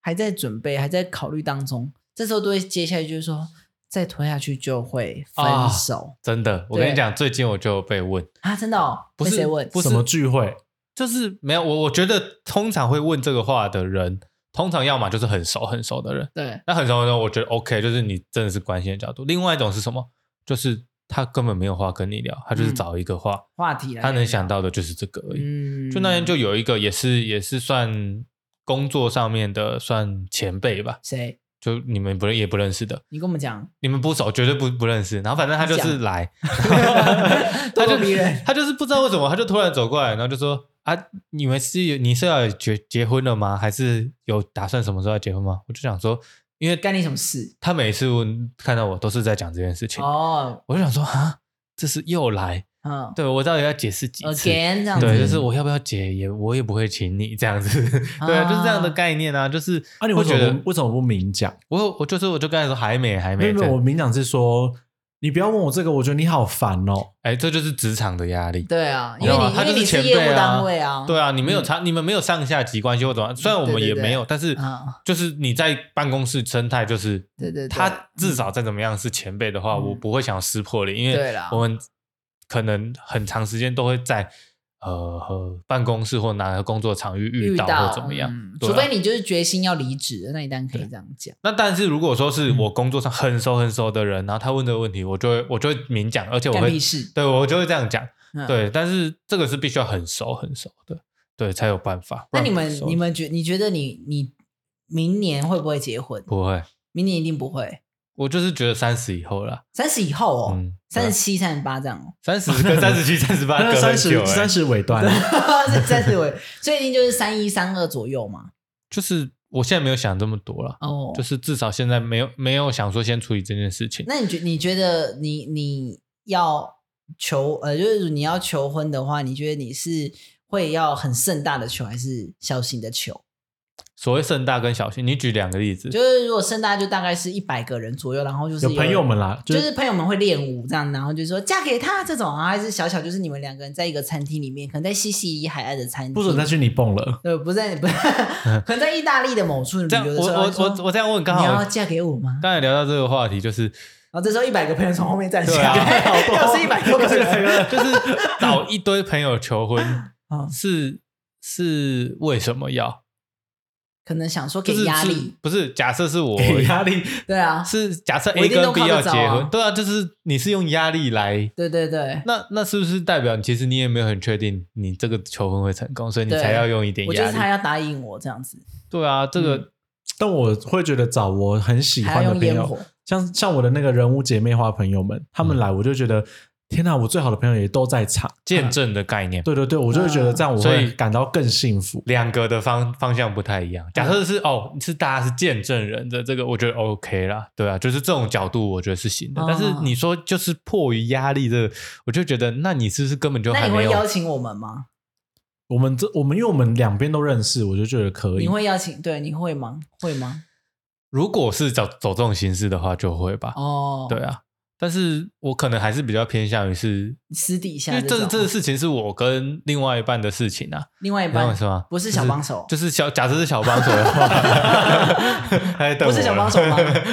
Speaker 3: 还在准备，还在考虑当中，这时候都会接下去就是说再拖下去就会分
Speaker 4: 啊
Speaker 3: 手
Speaker 4: 真的，我跟你讲，最近我就被问，
Speaker 3: 啊真的哦，
Speaker 4: 不
Speaker 3: 被
Speaker 4: 是
Speaker 3: 谁问？
Speaker 4: 不是
Speaker 2: 什么聚会，
Speaker 4: 就是没有我，我觉得通常会问这个话的人，通常要么就是很熟很熟的人，
Speaker 3: 对，
Speaker 4: 那很熟的人，我觉得 OK，就是你真的是关心的角度。另外一种是什么？就是他根本没有话跟你聊，他就是
Speaker 3: 嗯
Speaker 4: 找一个话，
Speaker 3: 话题来
Speaker 4: 他能
Speaker 3: 聊
Speaker 4: 想到的就是这个而已。
Speaker 3: 嗯
Speaker 4: 就那天就有一个也是也是算工作上面的算前辈吧，
Speaker 3: 谁？
Speaker 4: 就你们不认也不认识的，
Speaker 3: 你跟我们讲，
Speaker 4: 你们不熟，绝对不不认识。然后反正他就是来， 他
Speaker 3: 咄
Speaker 4: 就
Speaker 3: 咄逼人
Speaker 4: 他就是不知道为什么，他就突然走过来，然后就说：“啊，你们是有你是要结结婚了吗？还是有打算什么时候要结婚吗？”我就想说，因为
Speaker 3: 干你什么 事？
Speaker 4: 他每次问看到我都是在讲这件事情，
Speaker 3: 哦，
Speaker 4: 我就想说啊，这是又来，
Speaker 3: 嗯
Speaker 4: 对我到底要解释几次？
Speaker 3: ，again 这样子，
Speaker 4: 对，就是我要不要解也我也不会请你这样子，对啊，
Speaker 3: 啊
Speaker 4: 就是这样的概念啊，就是
Speaker 2: 啊，你
Speaker 4: 会
Speaker 2: 为什
Speaker 4: 觉得
Speaker 2: 么不为什么不明讲？
Speaker 4: 我我就是我就刚才说还没还
Speaker 2: 没
Speaker 4: 没
Speaker 2: 有
Speaker 4: 这
Speaker 2: 没有，我
Speaker 4: 样，
Speaker 2: 明讲是说，你不要问我这个，我觉得你好烦哦。
Speaker 4: 哎，这就是职场的压力，
Speaker 3: 对啊，
Speaker 4: 你
Speaker 3: 因
Speaker 4: 知
Speaker 3: 为
Speaker 4: 道
Speaker 3: 你
Speaker 4: 吗？他
Speaker 3: 因
Speaker 4: 就
Speaker 3: 为你
Speaker 4: 前
Speaker 3: 业
Speaker 4: 辈
Speaker 3: 务单位啊，
Speaker 4: 对啊，你没有差，你们没有上下级关系或怎么样，虽然我们
Speaker 3: 对对
Speaker 4: 也
Speaker 3: 对
Speaker 4: 没有，但是
Speaker 3: 嗯
Speaker 4: 就是你在办公室生态，就是
Speaker 3: 对对对
Speaker 4: 他至少再怎么样是前辈的话，
Speaker 3: 嗯
Speaker 4: 我不会想要撕破脸，因
Speaker 3: 对
Speaker 4: 为
Speaker 3: 啦
Speaker 4: 我们可能很长时间都会在呃和办公室或哪个工作场域
Speaker 3: 遇
Speaker 4: 遇到或怎么样
Speaker 3: 嗯。
Speaker 4: 对啊
Speaker 3: 除非你就是决心要离职，那你当然可以这样讲。
Speaker 4: 那但是如果说是
Speaker 3: 嗯
Speaker 4: 我工作上很熟很熟的人，然后他问这个问题，我就会我就会明讲，而且我
Speaker 3: 干
Speaker 4: 会
Speaker 3: 屁事
Speaker 4: 对我就会这样讲，
Speaker 3: 嗯，
Speaker 4: 对。但是这个是必须要很熟很熟的，对才有办法。不
Speaker 3: 那
Speaker 4: 然
Speaker 3: 你
Speaker 4: 不
Speaker 3: 们
Speaker 4: 熟
Speaker 3: 你们觉你觉得你你明年会不会结婚？
Speaker 4: 不会，
Speaker 3: 明年一定不会，
Speaker 4: 我就是觉得三十以后啦，
Speaker 3: 三十以后哦
Speaker 4: 嗯，
Speaker 3: 三十七、三十八这 样哦，
Speaker 4: 三十跟三十 七、三十八
Speaker 2: 那
Speaker 4: 隔很久、
Speaker 2: 三十
Speaker 4: 欸，
Speaker 2: 三十尾段，
Speaker 3: 是三十尾，所以一定就是三一、三二左右嘛。
Speaker 4: 就是我现在没有想这么多了，
Speaker 3: 哦，
Speaker 4: 就是至少现在没有没有想说先处理这件事情。
Speaker 3: 那你觉你觉得你你要求呃，就是你要求婚的话，你觉得你是会要很盛大的求，还是小型的求？
Speaker 4: 所谓盛大跟小型，你举两个例子，
Speaker 3: 就是如果盛大，就大概是一百个人左右，然后就是
Speaker 2: 有朋友们啦，
Speaker 3: 就
Speaker 2: 就是
Speaker 3: 朋友们会练舞这样，然后就说嫁给他这种，然后还是小小，就是你们两个人在一个餐厅里面，可能在西西里海岸的餐厅，
Speaker 2: 不准再去你蹦了。
Speaker 3: 呃，不在不，可能在意大利的某处旅
Speaker 4: 这样
Speaker 3: 游的
Speaker 4: 我
Speaker 3: 时候，
Speaker 4: 我
Speaker 3: 他
Speaker 4: 我
Speaker 3: 说
Speaker 4: 我这样问刚
Speaker 3: 你要
Speaker 4: 好。
Speaker 3: 嫁给我吗？
Speaker 4: 刚才聊到这个话题， 就是
Speaker 3: 然后这时候一百个朋友从后面站起
Speaker 4: 对
Speaker 3: 来，
Speaker 4: 啊
Speaker 3: 又是一百多个人，
Speaker 4: 就是找一堆朋友求婚
Speaker 3: 哦
Speaker 4: 是是为什么要？
Speaker 3: 可能想说
Speaker 4: 就
Speaker 3: 给
Speaker 4: 是
Speaker 3: 压
Speaker 4: 是
Speaker 3: 力，
Speaker 4: 不是假设是我
Speaker 2: 给压力，
Speaker 3: 对啊，
Speaker 4: 是假设
Speaker 3: 我
Speaker 4: A
Speaker 3: 一定
Speaker 4: 跟
Speaker 3: 都
Speaker 4: B
Speaker 3: 靠
Speaker 4: 要
Speaker 3: 得
Speaker 4: 结
Speaker 3: 着啊
Speaker 4: 婚，对啊，就是你是用压力来，
Speaker 3: 对对对，
Speaker 4: 那那是不是代表其实你也没有很确定你这个求婚会成功，所以你
Speaker 3: 对
Speaker 4: 才要用一点
Speaker 3: 我就
Speaker 4: 压
Speaker 3: 是他
Speaker 4: 力？
Speaker 3: 要答应我这样子，
Speaker 4: 对啊，这个、
Speaker 3: 嗯
Speaker 2: 但我会觉得找我很喜
Speaker 3: 还
Speaker 2: 欢
Speaker 3: 要
Speaker 2: 的
Speaker 3: 用
Speaker 2: 朋
Speaker 3: 烟火
Speaker 2: 友，，像像我的那个人物姐妹花朋友们，他们
Speaker 4: 嗯
Speaker 2: 来我就觉得，天哪，我最好的朋友也都在场。
Speaker 4: 见证的概念，
Speaker 2: 对对对，我就会觉得这样我
Speaker 4: 嗯所以
Speaker 2: 会感到更幸福。
Speaker 4: 两个的方方向不太一样。假设是、哦，是大家是见证人的这个，我觉得 OK 啦，对啊，就是这种角度，我觉得是行的。
Speaker 3: 哦
Speaker 4: 但是你说就是迫于压力这个，我就觉得那你是不是根本就
Speaker 3: 那
Speaker 4: 还
Speaker 3: 你
Speaker 4: 没
Speaker 3: 会
Speaker 4: 有？
Speaker 3: 邀请我们吗？
Speaker 2: 我们这我们因为我们两边都认识，我就觉得可以。
Speaker 3: 你会邀请？对，你会吗？会吗？
Speaker 4: 如果是走走这种形式的话，就会吧，
Speaker 3: 哦，
Speaker 4: 对，啊。但是我可能还是比较偏向于是，
Speaker 3: 私底下
Speaker 4: 因为这
Speaker 3: 种哦
Speaker 4: 这个事情是我跟另外一半的事情啊，
Speaker 3: 另外一
Speaker 4: 你懂我
Speaker 3: 半
Speaker 4: 意思吗？
Speaker 3: 不是小帮手，
Speaker 4: 就是小假设是小帮手的 话，哎
Speaker 3: 不是小 帮手
Speaker 4: 等
Speaker 3: 吗？
Speaker 4: 我了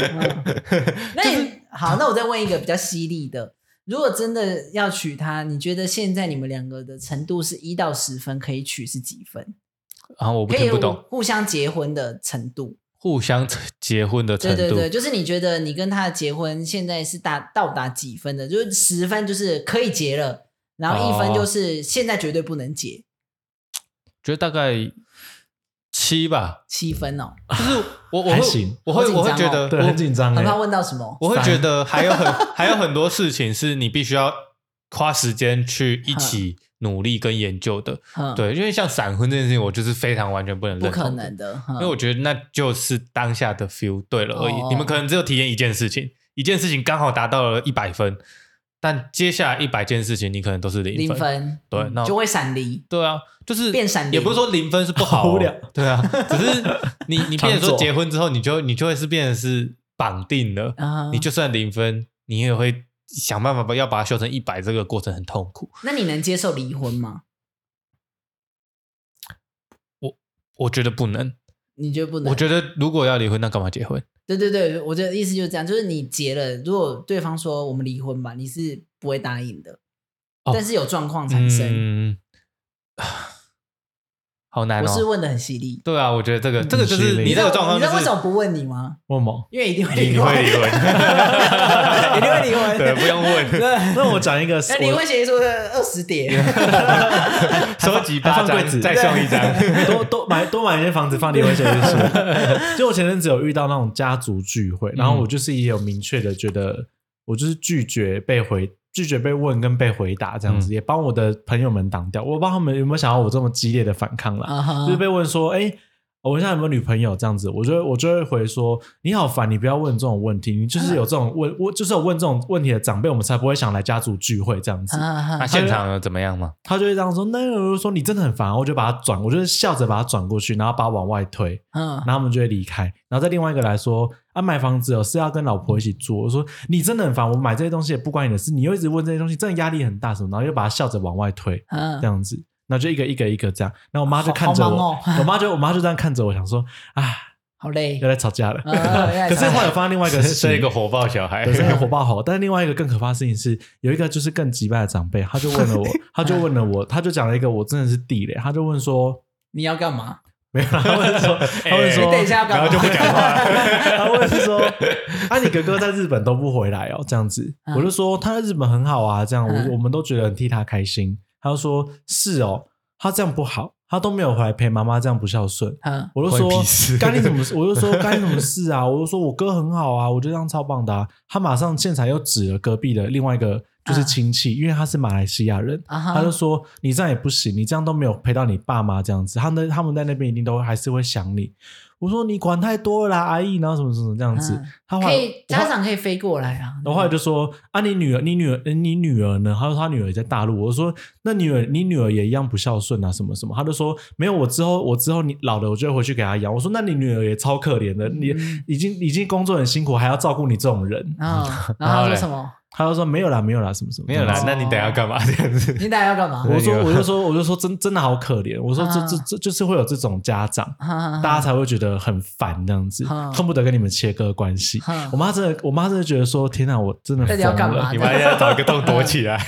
Speaker 3: 嗯那你好，那我再问一个比较犀利的，如果真的要娶她，你觉得现在你们两个的程度是一到十分，可以娶是几分？
Speaker 4: 啊，我不
Speaker 3: 可以
Speaker 4: 听不懂。
Speaker 3: 互相结婚的程度？
Speaker 4: 互相结婚的程
Speaker 3: 对
Speaker 4: 度。
Speaker 3: 对对，就是你觉得你跟他的结婚现在是达到达几分的？就是十分就是可以结了，然后一分就是现在绝对不能结，
Speaker 4: 觉得大概七 吧。
Speaker 3: 七分哦。
Speaker 4: 就是我我
Speaker 2: 还
Speaker 4: 会
Speaker 2: 行
Speaker 4: 我会
Speaker 3: 好紧
Speaker 4: 我
Speaker 3: 张哦
Speaker 4: 会觉得
Speaker 2: 对，很紧张
Speaker 3: 很
Speaker 2: 哎、
Speaker 3: 怕问到什么？
Speaker 4: 我我会觉得还有 很还有很多事情是你必须要花时间去一起努力跟研究的。
Speaker 3: 嗯，，
Speaker 4: 对，因为像闪婚这件事情，我就是非常完全不能
Speaker 3: 不
Speaker 4: 认同
Speaker 3: 可能，的，
Speaker 4: 因
Speaker 3: 嗯
Speaker 4: 为我觉得那就是当下的 feel 对了而已。
Speaker 3: 哦
Speaker 4: 你们可能只有体验一件事情，一件事情刚好达到了一百分，但接下来一百件事情你可能都是零
Speaker 3: 零分，
Speaker 4: 对
Speaker 3: 嗯
Speaker 4: 那我
Speaker 3: 就会闪离。
Speaker 4: 对啊，就是
Speaker 3: 变闪灵
Speaker 4: 也不是说零分是不好、哦，
Speaker 2: 好无聊
Speaker 4: 对 啊，只是你你变成
Speaker 2: 常
Speaker 4: 说
Speaker 2: 做
Speaker 4: 结婚之后，你就你就会是变成是绑定了，
Speaker 3: 啊
Speaker 4: 你就算零分，你也会想办法把要把它修成一百，这个过程很痛苦。
Speaker 3: 那你能接受离婚吗？
Speaker 4: 我觉得不能，
Speaker 3: 你觉得不能？
Speaker 4: 我觉得如果要离婚，那干嘛结婚？
Speaker 3: 对对对，我觉得意思就是这样，就是你结了，如果对方说我们离婚吧，你是不会答应的，
Speaker 4: 哦
Speaker 3: 但是有状况产生。
Speaker 4: 嗯， 好难
Speaker 3: 我是
Speaker 4: 哦。
Speaker 3: 问的很犀利，
Speaker 4: 对啊，我觉得这个这个就
Speaker 2: 很
Speaker 4: 是
Speaker 2: 犀利
Speaker 4: 你这个
Speaker 3: 知道
Speaker 4: 状况、
Speaker 3: 你
Speaker 4: 就
Speaker 3: 知
Speaker 4: 是，
Speaker 3: 道为什么不问你吗？
Speaker 2: 问吗？
Speaker 3: 因为一定会
Speaker 4: 你
Speaker 3: 离
Speaker 4: 你会离婚
Speaker 3: 一定会离婚
Speaker 4: 对，不用问，
Speaker 3: 对，
Speaker 2: 那我讲一个，
Speaker 3: 那离
Speaker 2: 我
Speaker 3: 婚协议书的二十 叠，
Speaker 4: 收集
Speaker 2: 还
Speaker 4: 八
Speaker 2: 放柜
Speaker 4: 张，
Speaker 2: 子
Speaker 4: 再送一张。
Speaker 2: 多多买多买一间房子放离婚协议 书。就我前阵子有遇到那种家族聚会，然后我就是也有明确的觉得，我就是拒绝被回。拒绝被问跟被回答这样
Speaker 4: 嗯
Speaker 2: 子，也帮我的朋友们挡掉。我不知道他们有没有想要我这么激烈的反抗啦？
Speaker 3: 啊哈
Speaker 2: 就是被问说，哎、我现在有没有女朋友这样子，我就会我就会回说，你好烦，你不要问这种问题，你就是有这种问，我就是有问这种问题的长辈，我们才不会想来家族聚会这样子。
Speaker 3: 啊
Speaker 4: 那
Speaker 3: 哈
Speaker 4: 现场有怎么样吗？
Speaker 2: 他就会这样说，那我就说你真的很烦，啊我就把他转，我就是笑着把他转过去，然后把他往外推，
Speaker 3: 嗯
Speaker 2: 然后他们就会离开。然后再另外一个来说，啊，买房子哦是要跟老婆一起住，我说你真的很烦，我买这些东西也不关你的事，你又一直问这些东西，真的压力很大什么，然后又把他笑着往外推。
Speaker 3: 嗯
Speaker 2: 这，样子，那就一个一个一个这样。然后我妈就看着
Speaker 3: 好
Speaker 2: 我，
Speaker 3: 好忙哦
Speaker 2: 我妈就我妈就这样看着我，想说啊，
Speaker 3: 好累
Speaker 2: 又。在吵架了。
Speaker 3: 啊又在吵架
Speaker 2: 可是后来我发现另外一个 事情
Speaker 4: 生一个火爆小孩
Speaker 2: 对，， 真的火爆吼。但是另外一个更可怕的事情是，有一个就是更击败的长辈，他就问 了我，他就问了我，他就讲了一个我真的是地雷，他就问 说，
Speaker 3: 你要干嘛？
Speaker 2: 没有啦，他问说，他问
Speaker 3: 你
Speaker 2: 说，
Speaker 3: 哎等一下要干
Speaker 4: 然
Speaker 3: 嘛？
Speaker 4: 后就不讲话 了。
Speaker 2: 他问说，啊，你哥哥在日本都不回来哦，这样子，
Speaker 3: 嗯
Speaker 2: 我就说他在日本很好啊，这样
Speaker 3: 嗯
Speaker 2: 我我们都觉得很替他开心。他就说，是哦，他这样不好，他都没有回来陪妈妈，这样不孝顺。
Speaker 3: 嗯，
Speaker 2: 我就
Speaker 4: 关你屁
Speaker 2: 说
Speaker 4: 事
Speaker 2: 干你什么事？我就说干你什么事啊？我就说我哥很好啊，我觉得这样超棒的啊。他马上现场又指了隔壁的另外一个就是亲戚，因为他是马来西亚人，
Speaker 3: 啊哈
Speaker 2: 他就说你这样也不行，你这样都没有陪到你爸妈这样子，他们他们在那边一定都还是会想你。我说你管太多了啦，阿姨，然后什么什么这样子
Speaker 3: 嗯。
Speaker 2: 他后
Speaker 3: 可
Speaker 2: 来
Speaker 3: 以
Speaker 2: 我后
Speaker 3: 家长可以飞过来啊。
Speaker 2: 然后后来就说啊，你女儿，你女儿，呃你女儿呢？他说他女儿也在大陆。我说那女儿，你女儿也一样不孝顺啊，什么什么。他就说没有，我之后我之后你老了，我就会回去给她养。我说那你女儿也超可怜的，
Speaker 3: 嗯
Speaker 2: 你已经已经工作很辛苦，还要照顾你这种人。
Speaker 3: 然后 然
Speaker 4: 然后
Speaker 3: 后他说
Speaker 4: 嘞
Speaker 3: 什么？
Speaker 2: 他就说没有啦，没有啦，什么什么，
Speaker 4: 没有啦
Speaker 3: 哦，
Speaker 4: 那你等一下干嘛这 样子？
Speaker 3: 你等下要干嘛？
Speaker 2: 我说我就说我就说真真的好可怜。我说这
Speaker 3: 啊
Speaker 2: 这这就是会有这种家长，
Speaker 3: 大
Speaker 2: 大家才会觉得很烦这样子，
Speaker 3: 嗯
Speaker 2: 恨不得跟你们切割关系
Speaker 3: 嗯。
Speaker 2: 我妈真的，我妈真的觉得说天哪，我真的
Speaker 3: 到底要
Speaker 2: 疯
Speaker 3: 干
Speaker 2: 了
Speaker 3: 嘛
Speaker 4: 你妈要找一个洞躲起 来。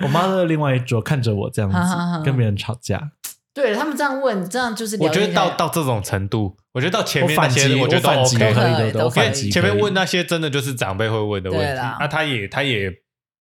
Speaker 2: 我妈在另外一桌看着我这样
Speaker 3: 哈哈哈
Speaker 2: 子跟别人吵架，
Speaker 3: 对他们这样问，这样就是
Speaker 4: 我
Speaker 3: 聊
Speaker 4: 觉
Speaker 3: 天
Speaker 4: 得到
Speaker 3: 才
Speaker 4: 到这种程度，我觉得到前
Speaker 2: 我
Speaker 4: 面那
Speaker 2: 反
Speaker 4: 些
Speaker 2: 击，
Speaker 4: 觉得都
Speaker 2: 反击可
Speaker 4: OK，
Speaker 2: 以
Speaker 3: 可以
Speaker 2: 的，
Speaker 3: 都
Speaker 2: 我
Speaker 3: 可以
Speaker 2: 反
Speaker 4: 因为
Speaker 2: 击
Speaker 4: 前面
Speaker 2: 可以
Speaker 4: 问那些真的就是长辈会问的问
Speaker 3: 对
Speaker 4: 题，
Speaker 3: 啦
Speaker 4: 那、他也他也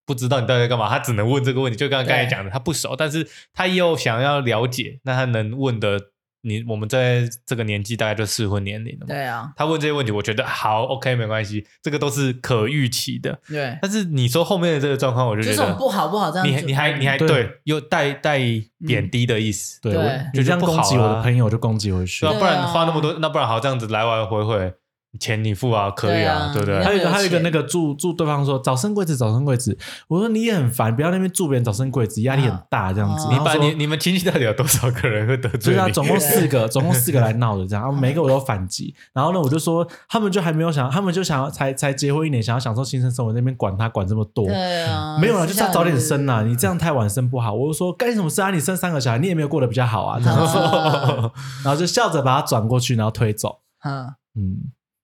Speaker 4: 不知道你到底在干嘛，他只能问这个问题。就刚刚
Speaker 3: 对
Speaker 4: 刚才讲的，他不熟，但是他又想要了解，那他能问的，你我们在这个年纪大概就适婚年龄了嘛。
Speaker 3: 对啊，
Speaker 4: 他问这些问题，我觉得好 OK 没关系，这个都是可预期的。
Speaker 3: 对，啊
Speaker 4: 但是你说后面的这个状况，我就
Speaker 3: 就
Speaker 4: 觉
Speaker 3: 是我们
Speaker 4: 得
Speaker 3: 不好不好这样
Speaker 4: 你
Speaker 3: 子。
Speaker 4: 你还你还
Speaker 2: 对
Speaker 4: 对，又带带贬低的意思，
Speaker 2: 对，
Speaker 3: 对
Speaker 2: 我你这样攻击我的朋友，我就攻击回去
Speaker 4: 对啊，。
Speaker 3: 对啊
Speaker 4: 不然花那么多，那不然好这样子来来回回，钱你付啊，可以啊，
Speaker 3: 对
Speaker 4: 对
Speaker 3: 啊
Speaker 4: 不对
Speaker 2: 还？有一个，还有一个
Speaker 3: 对
Speaker 2: 那个住住对方说早生贵子，早生贵子。我说你也很烦，不要那边住别人早生贵子，压力很大这样子。
Speaker 3: 啊
Speaker 4: 你
Speaker 2: 然后
Speaker 4: 把
Speaker 2: 说
Speaker 4: 你你们亲戚到底有多少个人会得
Speaker 2: 就
Speaker 4: 罪
Speaker 2: 是啊，
Speaker 4: 你？
Speaker 2: 总共四 个，总共四个来闹的这样，然后每一个我都反击。然后呢，我就说他们就还没有想，他们就想要才才结婚一年，想要享受新生生活，那边管他管这么多。
Speaker 3: 对啊，
Speaker 2: 没有啦，就是要早点生
Speaker 3: 啦。
Speaker 2: 啦。你这样太晚生不好。我就说干什么事啊？你生三个小孩，你也没有过得比较好啊。这样子，
Speaker 3: 啊
Speaker 2: 然后就笑着把他转过去，然后推走。
Speaker 3: 嗯
Speaker 2: 嗯，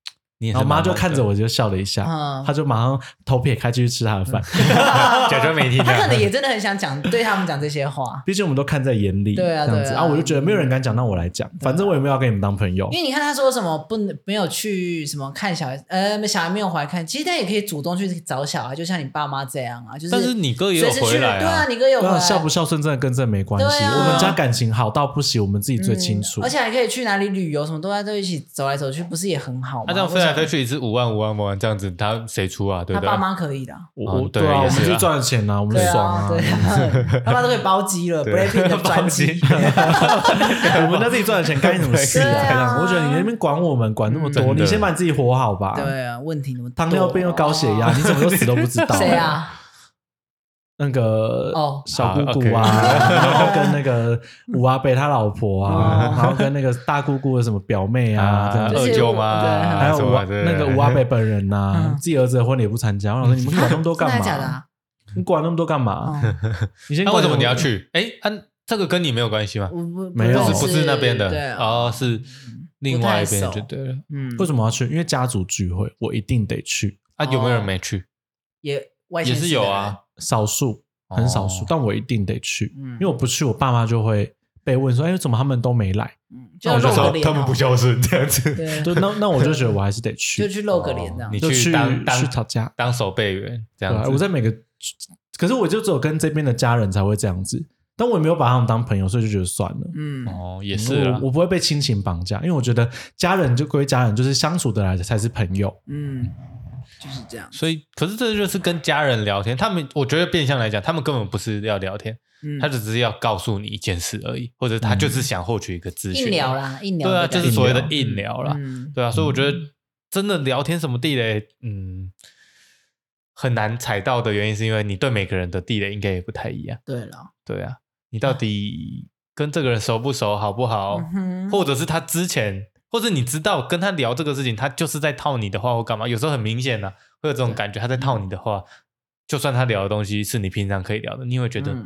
Speaker 4: 你也
Speaker 2: 然
Speaker 4: 是
Speaker 2: 后我妈就
Speaker 4: 蛮
Speaker 2: 看着我就笑了一下，
Speaker 3: 嗯
Speaker 2: 她，就马上头撇开继续吃她的饭。
Speaker 4: 忙的，假装没听到。
Speaker 3: 他可能也真的很想讲，对他们讲这些话，
Speaker 2: 毕竟我们都看在眼里，
Speaker 3: 对啊
Speaker 2: 这样子
Speaker 3: 对啊啊
Speaker 2: 然后我就觉得没有人敢讲，那我来讲。反正我也没有要跟你们当朋友
Speaker 3: 因。为你看他说什么不能没有去什么看小孩，呃，小孩没有回来看，其实他也可以主动去找小孩，就像你爸妈这样啊，就是
Speaker 4: 但是你哥也有
Speaker 3: 随时去，
Speaker 4: 回来
Speaker 3: 对啊，
Speaker 4: 啊，
Speaker 3: 你哥有回
Speaker 2: 对啊，
Speaker 3: 来，
Speaker 2: 孝不孝顺真的跟这没关系。
Speaker 3: 对啊
Speaker 2: 我们家感情好到不行，我们自己最清楚
Speaker 3: 嗯。而且还可以去哪里旅游，什么都在这一起走来走去，不是也很好吗？
Speaker 4: 他这样飞来飞去一次五万五万五万这样子，他谁出啊？对
Speaker 3: 他
Speaker 4: 不对
Speaker 3: 爸？妈可以的啊，
Speaker 2: 我我
Speaker 4: 哦对
Speaker 2: 对啊，我
Speaker 4: 也
Speaker 2: 们
Speaker 4: 是啊
Speaker 2: 去赚钱啊，我们
Speaker 3: 对
Speaker 2: 爽
Speaker 3: 啊，
Speaker 2: 啊。
Speaker 3: 对 啊，他爸都可以包机了 b
Speaker 4: 对
Speaker 3: r a p i n 的专辑，
Speaker 2: 哎我们在自己赚的钱干你什么事
Speaker 3: 对啊嗯
Speaker 2: 啊？这样，我觉得你那边管我们管那么多，
Speaker 4: 真的
Speaker 2: 你先把你自己活好吧。
Speaker 3: 对啊，问题那么多哦
Speaker 2: 糖尿病又高血压，你怎么都死都不知道？
Speaker 3: 谁？啊？
Speaker 2: 那个
Speaker 3: 哦
Speaker 2: 小姑姑啊，
Speaker 4: 好
Speaker 2: 然后跟那个五阿伯他老 婆啊
Speaker 3: 哦，
Speaker 2: 然后跟那个大姑姑的什么表妹啊，这
Speaker 4: 嗯
Speaker 2: 样
Speaker 4: 啊，
Speaker 2: 子。
Speaker 3: 就是
Speaker 4: 二舅妈，
Speaker 3: 对
Speaker 2: 还有
Speaker 4: 什
Speaker 2: 五
Speaker 4: 么
Speaker 2: 阿
Speaker 4: 的
Speaker 2: 那个五阿伯本人呐
Speaker 3: 嗯，
Speaker 2: 自己儿子的婚礼也不参加。我想说，你们管那么多干
Speaker 3: 真的
Speaker 2: 嘛？啊
Speaker 3: 假的啊？
Speaker 2: 你管那么多干嘛？
Speaker 3: 哦
Speaker 2: 你先
Speaker 4: 那
Speaker 2: 管
Speaker 4: 为什么你要？去？哎，啊，这个跟你没有关系吗？
Speaker 3: 我不
Speaker 2: 没有
Speaker 4: 不
Speaker 3: 认
Speaker 4: 是不
Speaker 3: 识
Speaker 4: 是那边
Speaker 3: 对啊
Speaker 4: 的，哦，是另外一边就对了。
Speaker 3: 嗯，
Speaker 2: 为什么要去？因为家族聚会，我一定得去。
Speaker 4: 啊，有没有人没去？
Speaker 3: 也外
Speaker 4: 也
Speaker 3: 县
Speaker 4: 是
Speaker 3: 市的
Speaker 4: 有
Speaker 3: 人
Speaker 4: 啊，，
Speaker 2: 少数，很少数，
Speaker 4: 哦
Speaker 2: 但我一定得去，
Speaker 3: 嗯
Speaker 2: 因为我不去，我爸妈就会被问说：“哎，怎么他们都没来
Speaker 4: 哦
Speaker 3: 嗯，
Speaker 2: 那
Speaker 3: 要
Speaker 2: 我就
Speaker 3: 露
Speaker 2: 说
Speaker 3: 个脸好，
Speaker 4: 孝顺这样子，
Speaker 3: 对，？”
Speaker 2: 对，那那我就觉得我还是得
Speaker 3: 就
Speaker 2: 去，
Speaker 3: 去露个脸这样
Speaker 4: 哦你。
Speaker 2: 就
Speaker 4: 去
Speaker 2: 去
Speaker 4: 当当
Speaker 2: 去吵架，
Speaker 4: 当守备员这
Speaker 2: 对
Speaker 4: 样
Speaker 2: 啊
Speaker 4: 子。
Speaker 2: 我在每个，可是我就只有跟这边的家人才会这样子，但我也没有把他们当朋友，所以就觉得算了。
Speaker 3: 嗯，
Speaker 4: 哦，也是啊
Speaker 2: 我，我不会被亲情绑架，因为我觉得家人就归家人，就是相处得来才是朋友。
Speaker 4: 哦
Speaker 3: 嗯，就是这样。
Speaker 4: 所以可是这就是跟家人聊天，他们我觉得变相来讲，他们根本不是要聊天，
Speaker 3: 嗯，
Speaker 4: 他只是要告诉你一件事而已，或者他就是想获取一个资
Speaker 3: 嗯硬
Speaker 4: 讯。
Speaker 3: 聊啦，硬聊
Speaker 4: 对
Speaker 3: 的
Speaker 4: 啊，
Speaker 3: 感觉。
Speaker 4: 就是所谓的
Speaker 3: 硬
Speaker 4: 硬
Speaker 3: 聊
Speaker 4: 聊啦，
Speaker 3: 嗯，
Speaker 4: 对啊，所以我觉得真的聊天什么地雷，嗯，很难踩到的原因是因为你对每个人的地雷应该也不太一样。
Speaker 3: 对了，
Speaker 4: 对啊，你到底跟这个人熟不熟，好不好？
Speaker 3: 嗯哼
Speaker 4: 或者是他之前，或者你知道跟他聊这个事情，他就是在套你的话或干嘛？有时候很明显啊呢、会有这种感觉，他在套你的话。就算他聊的东西是你平常可以聊的，你也会觉得、
Speaker 3: 嗯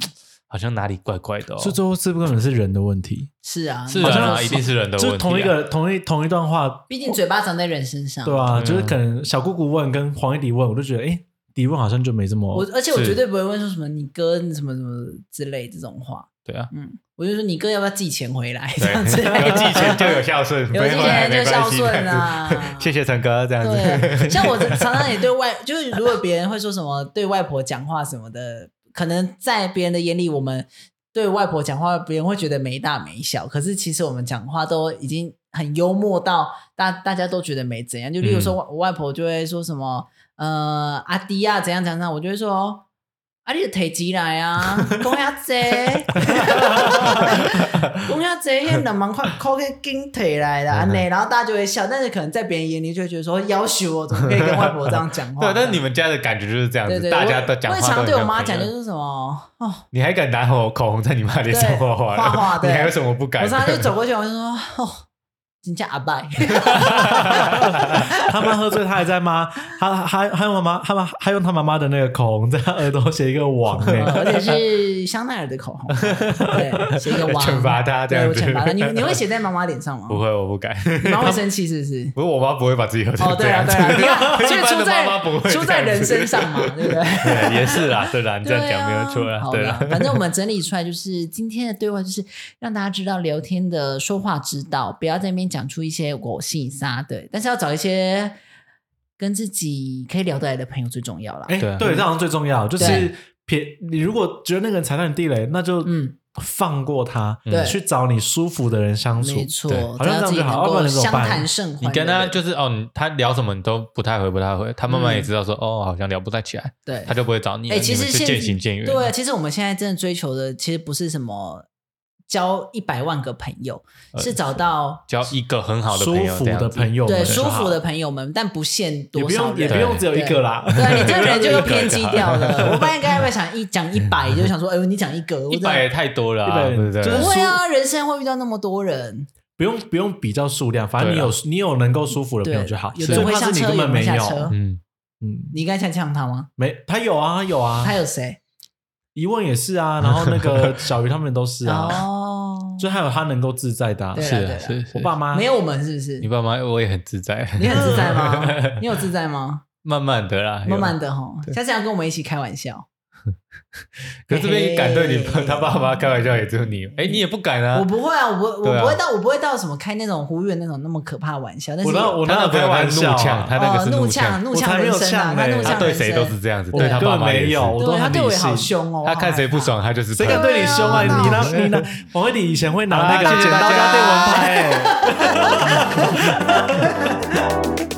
Speaker 4: 好像哪里怪怪的哦。
Speaker 2: 所以最后是不是可能是人的问题？
Speaker 3: 是啊，
Speaker 4: 是
Speaker 2: 好
Speaker 4: 人
Speaker 2: 像
Speaker 4: 啊，
Speaker 2: 是
Speaker 4: 一定是人的问题、
Speaker 2: 就是同一，个同一同一段话，
Speaker 3: 毕竟嘴巴长在人身上。
Speaker 2: 对
Speaker 4: 对
Speaker 2: 啊，
Speaker 4: 啊
Speaker 2: 就是可能小姑姑问跟黄一迪问，我就觉得哎，诶迪问好像就没这么
Speaker 3: 我而且我
Speaker 4: 是
Speaker 3: 绝对不会问说什么你哥什么什么之类这种话，
Speaker 4: 对啊，
Speaker 3: 嗯，我就说你哥要不要寄钱回来 这
Speaker 4: 对，
Speaker 3: 样之类 的
Speaker 4: 有寄钱就有孝 顺，
Speaker 3: 有寄钱就孝顺
Speaker 4: 啊。。
Speaker 3: 啊
Speaker 4: 谢谢陈哥，这样子。
Speaker 3: 对，像我常常也对外，就是如果别人会说什么对外婆讲话什么的，可能在别人的眼里，我们对外婆讲话，别人会觉得没大没小。可是其实我们讲话都已经很幽默到大大家都觉得没怎样。就例如说，
Speaker 4: 嗯
Speaker 3: 我我外婆就会说什么，呃，阿迪啊，怎样怎样怎样，我就会说。啊，你就提起来啊，讲遐济，讲遐济，迄两万块靠去紧提来啦，
Speaker 4: 嗯
Speaker 3: 安尼，然后大家就会笑，但是可能在别人眼里就会觉得说，要求我怎么可以跟外婆这样讲 话？
Speaker 4: 对，啊但是你们家的感觉就是这样
Speaker 3: 对
Speaker 4: 子，
Speaker 3: 对，
Speaker 4: 大家都讲
Speaker 3: 我
Speaker 4: 话都
Speaker 3: 也
Speaker 4: 很啊
Speaker 3: 常对我
Speaker 4: 像
Speaker 3: 妈
Speaker 4: 朋
Speaker 3: 讲，
Speaker 4: 友
Speaker 3: 就是什么哦，
Speaker 4: 你还敢拿我口红在你妈脸上
Speaker 3: 对
Speaker 4: 画画
Speaker 3: 画画 对
Speaker 4: 你还有什么不敢
Speaker 3: 我
Speaker 4: 的？
Speaker 3: 常常就走过去，我就说哦，人家阿 拜，
Speaker 2: 他妈喝醉，他还在骂，他还还用妈妈，他妈还用他妈妈的那个口红在他额头写一个网、欸，
Speaker 3: 而且是香奈儿的口红，对，写一个 王，
Speaker 4: 惩罚她这
Speaker 3: 对
Speaker 4: 样
Speaker 3: 我
Speaker 4: 子
Speaker 3: 惩罚她。你你 会写在妈妈脸上吗？
Speaker 4: 不会，我不敢。
Speaker 3: 你妈会生气是不是？
Speaker 4: 不是我妈不会把自己喝成
Speaker 3: 哦，
Speaker 4: 这
Speaker 3: 对啊，
Speaker 4: 样子
Speaker 3: 对啊，你看， 所以
Speaker 4: 一般
Speaker 3: 出
Speaker 4: 的妈妈不
Speaker 3: 在
Speaker 4: 会
Speaker 3: 出在
Speaker 4: 这样
Speaker 3: 人
Speaker 4: 子
Speaker 3: 身上嘛，对不 对？
Speaker 4: 对，也是啦，对啦，你这
Speaker 3: 对
Speaker 4: 样讲没有错
Speaker 3: 啊
Speaker 4: 啦，
Speaker 3: 好
Speaker 4: 对
Speaker 3: 啦
Speaker 4: 啦，
Speaker 3: 反正我们整理出来就是今天的对话，就是让大家知道聊天的说话之道，不要在那边讲出一些我信撒对，但是要找一些跟自己可以聊得来的朋友最重要啦。
Speaker 2: 哎、
Speaker 4: 对啊
Speaker 2: 对，这好像最重要，就是
Speaker 3: 对
Speaker 2: 撇。你如果觉得那个人踩到你地雷，那就
Speaker 3: 嗯
Speaker 2: 放过他，
Speaker 4: 嗯
Speaker 3: 对
Speaker 2: 去找你舒服的人相处
Speaker 3: 没。错
Speaker 4: 对，
Speaker 2: 好像这
Speaker 3: 只要
Speaker 2: 样
Speaker 3: 自己
Speaker 2: 就
Speaker 3: 能
Speaker 2: 好要不然
Speaker 3: 够
Speaker 2: 你怎么
Speaker 3: 相
Speaker 2: 办
Speaker 3: 谈甚欢的
Speaker 4: 你
Speaker 3: 人，
Speaker 4: 跟他就是哦，你他聊什么你都不太回，不太回，他慢慢也知道说、哦，好像聊不太起来，
Speaker 3: 对
Speaker 4: 他。就不会找你了。
Speaker 3: 嗯哎、其实
Speaker 4: 你们就
Speaker 3: 现
Speaker 4: 渐行渐远。
Speaker 3: 对，其实我们现在真的追求的，其实不是什么交一百万个朋友，
Speaker 4: 呃
Speaker 3: 是找到
Speaker 4: 交一个很好的
Speaker 2: 舒
Speaker 4: 朋友，
Speaker 2: 服
Speaker 4: 这样
Speaker 2: 的
Speaker 4: 子
Speaker 2: 朋友们
Speaker 3: 对
Speaker 2: 就
Speaker 3: 舒
Speaker 2: 好
Speaker 3: 服的，朋友们，但不限
Speaker 2: 也
Speaker 3: 多
Speaker 2: 不
Speaker 3: 少
Speaker 2: 用也
Speaker 3: 人
Speaker 2: 不。用只有一个啦。
Speaker 3: 对你这个人就又
Speaker 4: 一个
Speaker 3: 偏激掉了。我本来刚才会想一讲一百，就想说，哎呦，你讲一个，我
Speaker 4: 一
Speaker 3: 真的
Speaker 4: 百也太多了、
Speaker 2: 一百
Speaker 4: 啊，对不对？
Speaker 2: 就是
Speaker 3: 不会啊，人生会遇到那么多人，
Speaker 2: 不用不用比较数量，反正你
Speaker 4: 对啦啊
Speaker 2: 有你有能够舒服的朋友
Speaker 3: 对
Speaker 2: 就好，。
Speaker 3: 有
Speaker 2: 最
Speaker 3: 的
Speaker 2: 怕
Speaker 3: 会
Speaker 2: 是
Speaker 3: 上
Speaker 2: 你
Speaker 3: 车，
Speaker 2: 根
Speaker 3: 有
Speaker 2: 本
Speaker 3: 的会
Speaker 2: 没
Speaker 3: 下
Speaker 2: 有，
Speaker 3: 车。
Speaker 4: 嗯，
Speaker 2: 嗯，
Speaker 3: 你刚才呛他吗？
Speaker 2: 没他有啊他有啊，
Speaker 3: 他有谁？
Speaker 2: 一问也是啊， 然后那 个小鱼他们都是啊，
Speaker 3: 哦，
Speaker 2: 就还有他能够自在的啊，
Speaker 3: 对
Speaker 4: 是
Speaker 3: 啦
Speaker 4: 啊
Speaker 3: 对
Speaker 4: 是是
Speaker 2: 我爸妈
Speaker 3: 没有我们是不是
Speaker 4: 你？爸妈我也很自在，
Speaker 3: 你很自在 吗？你有自在吗？
Speaker 4: 慢慢的啦，
Speaker 3: 慢慢
Speaker 4: 的。
Speaker 3: 的哈，下次要跟我们一起开玩笑。
Speaker 4: 可是这边敢对你
Speaker 3: 嘿
Speaker 4: 他爸妈开玩笑，也只有你。哎，你也不敢啊
Speaker 3: 我。不会啊，我不
Speaker 4: 对
Speaker 3: 我
Speaker 4: 啊
Speaker 3: 不会到我不会到什么开那种忽略那种那么可怕的玩笑，但是
Speaker 2: 我那我
Speaker 4: 他
Speaker 2: 那
Speaker 4: 那
Speaker 2: 开
Speaker 4: 朋友他
Speaker 2: 玩
Speaker 4: 怒
Speaker 2: 笑啊，
Speaker 4: 呛，他那个
Speaker 3: 哦
Speaker 4: 是
Speaker 3: 怒
Speaker 4: 呛，
Speaker 3: 怒
Speaker 2: 我
Speaker 3: 呛
Speaker 2: 才没
Speaker 3: 人
Speaker 2: 有
Speaker 3: 生啊，
Speaker 2: 呛
Speaker 3: 他
Speaker 2: 嘞
Speaker 3: 怒
Speaker 4: 他
Speaker 3: 呛
Speaker 4: 对
Speaker 3: 人
Speaker 4: 谁
Speaker 3: 生
Speaker 4: 都是这样子，
Speaker 2: 我
Speaker 4: 对他爸
Speaker 2: 根
Speaker 4: 妈
Speaker 2: 本
Speaker 4: 也
Speaker 2: 没
Speaker 4: 是
Speaker 2: 有，我都
Speaker 3: 对他
Speaker 2: 很
Speaker 3: 对
Speaker 2: 理
Speaker 3: 我也好
Speaker 2: 性。
Speaker 3: 凶哦，
Speaker 4: 他
Speaker 3: 我
Speaker 4: 看
Speaker 3: 好
Speaker 4: 谁
Speaker 3: 害
Speaker 4: 不
Speaker 3: 怕。
Speaker 4: 爽他就是
Speaker 2: 谁敢对你凶啊？
Speaker 3: 对啊
Speaker 2: 你拿
Speaker 3: 闹事
Speaker 2: 你拿，黄慧迪以前会
Speaker 4: 啊
Speaker 2: 拿那
Speaker 4: 好啦
Speaker 2: 个
Speaker 4: 谢谢
Speaker 2: 剪刀
Speaker 4: 大
Speaker 2: 加
Speaker 4: 家
Speaker 2: 电蚊拍欸。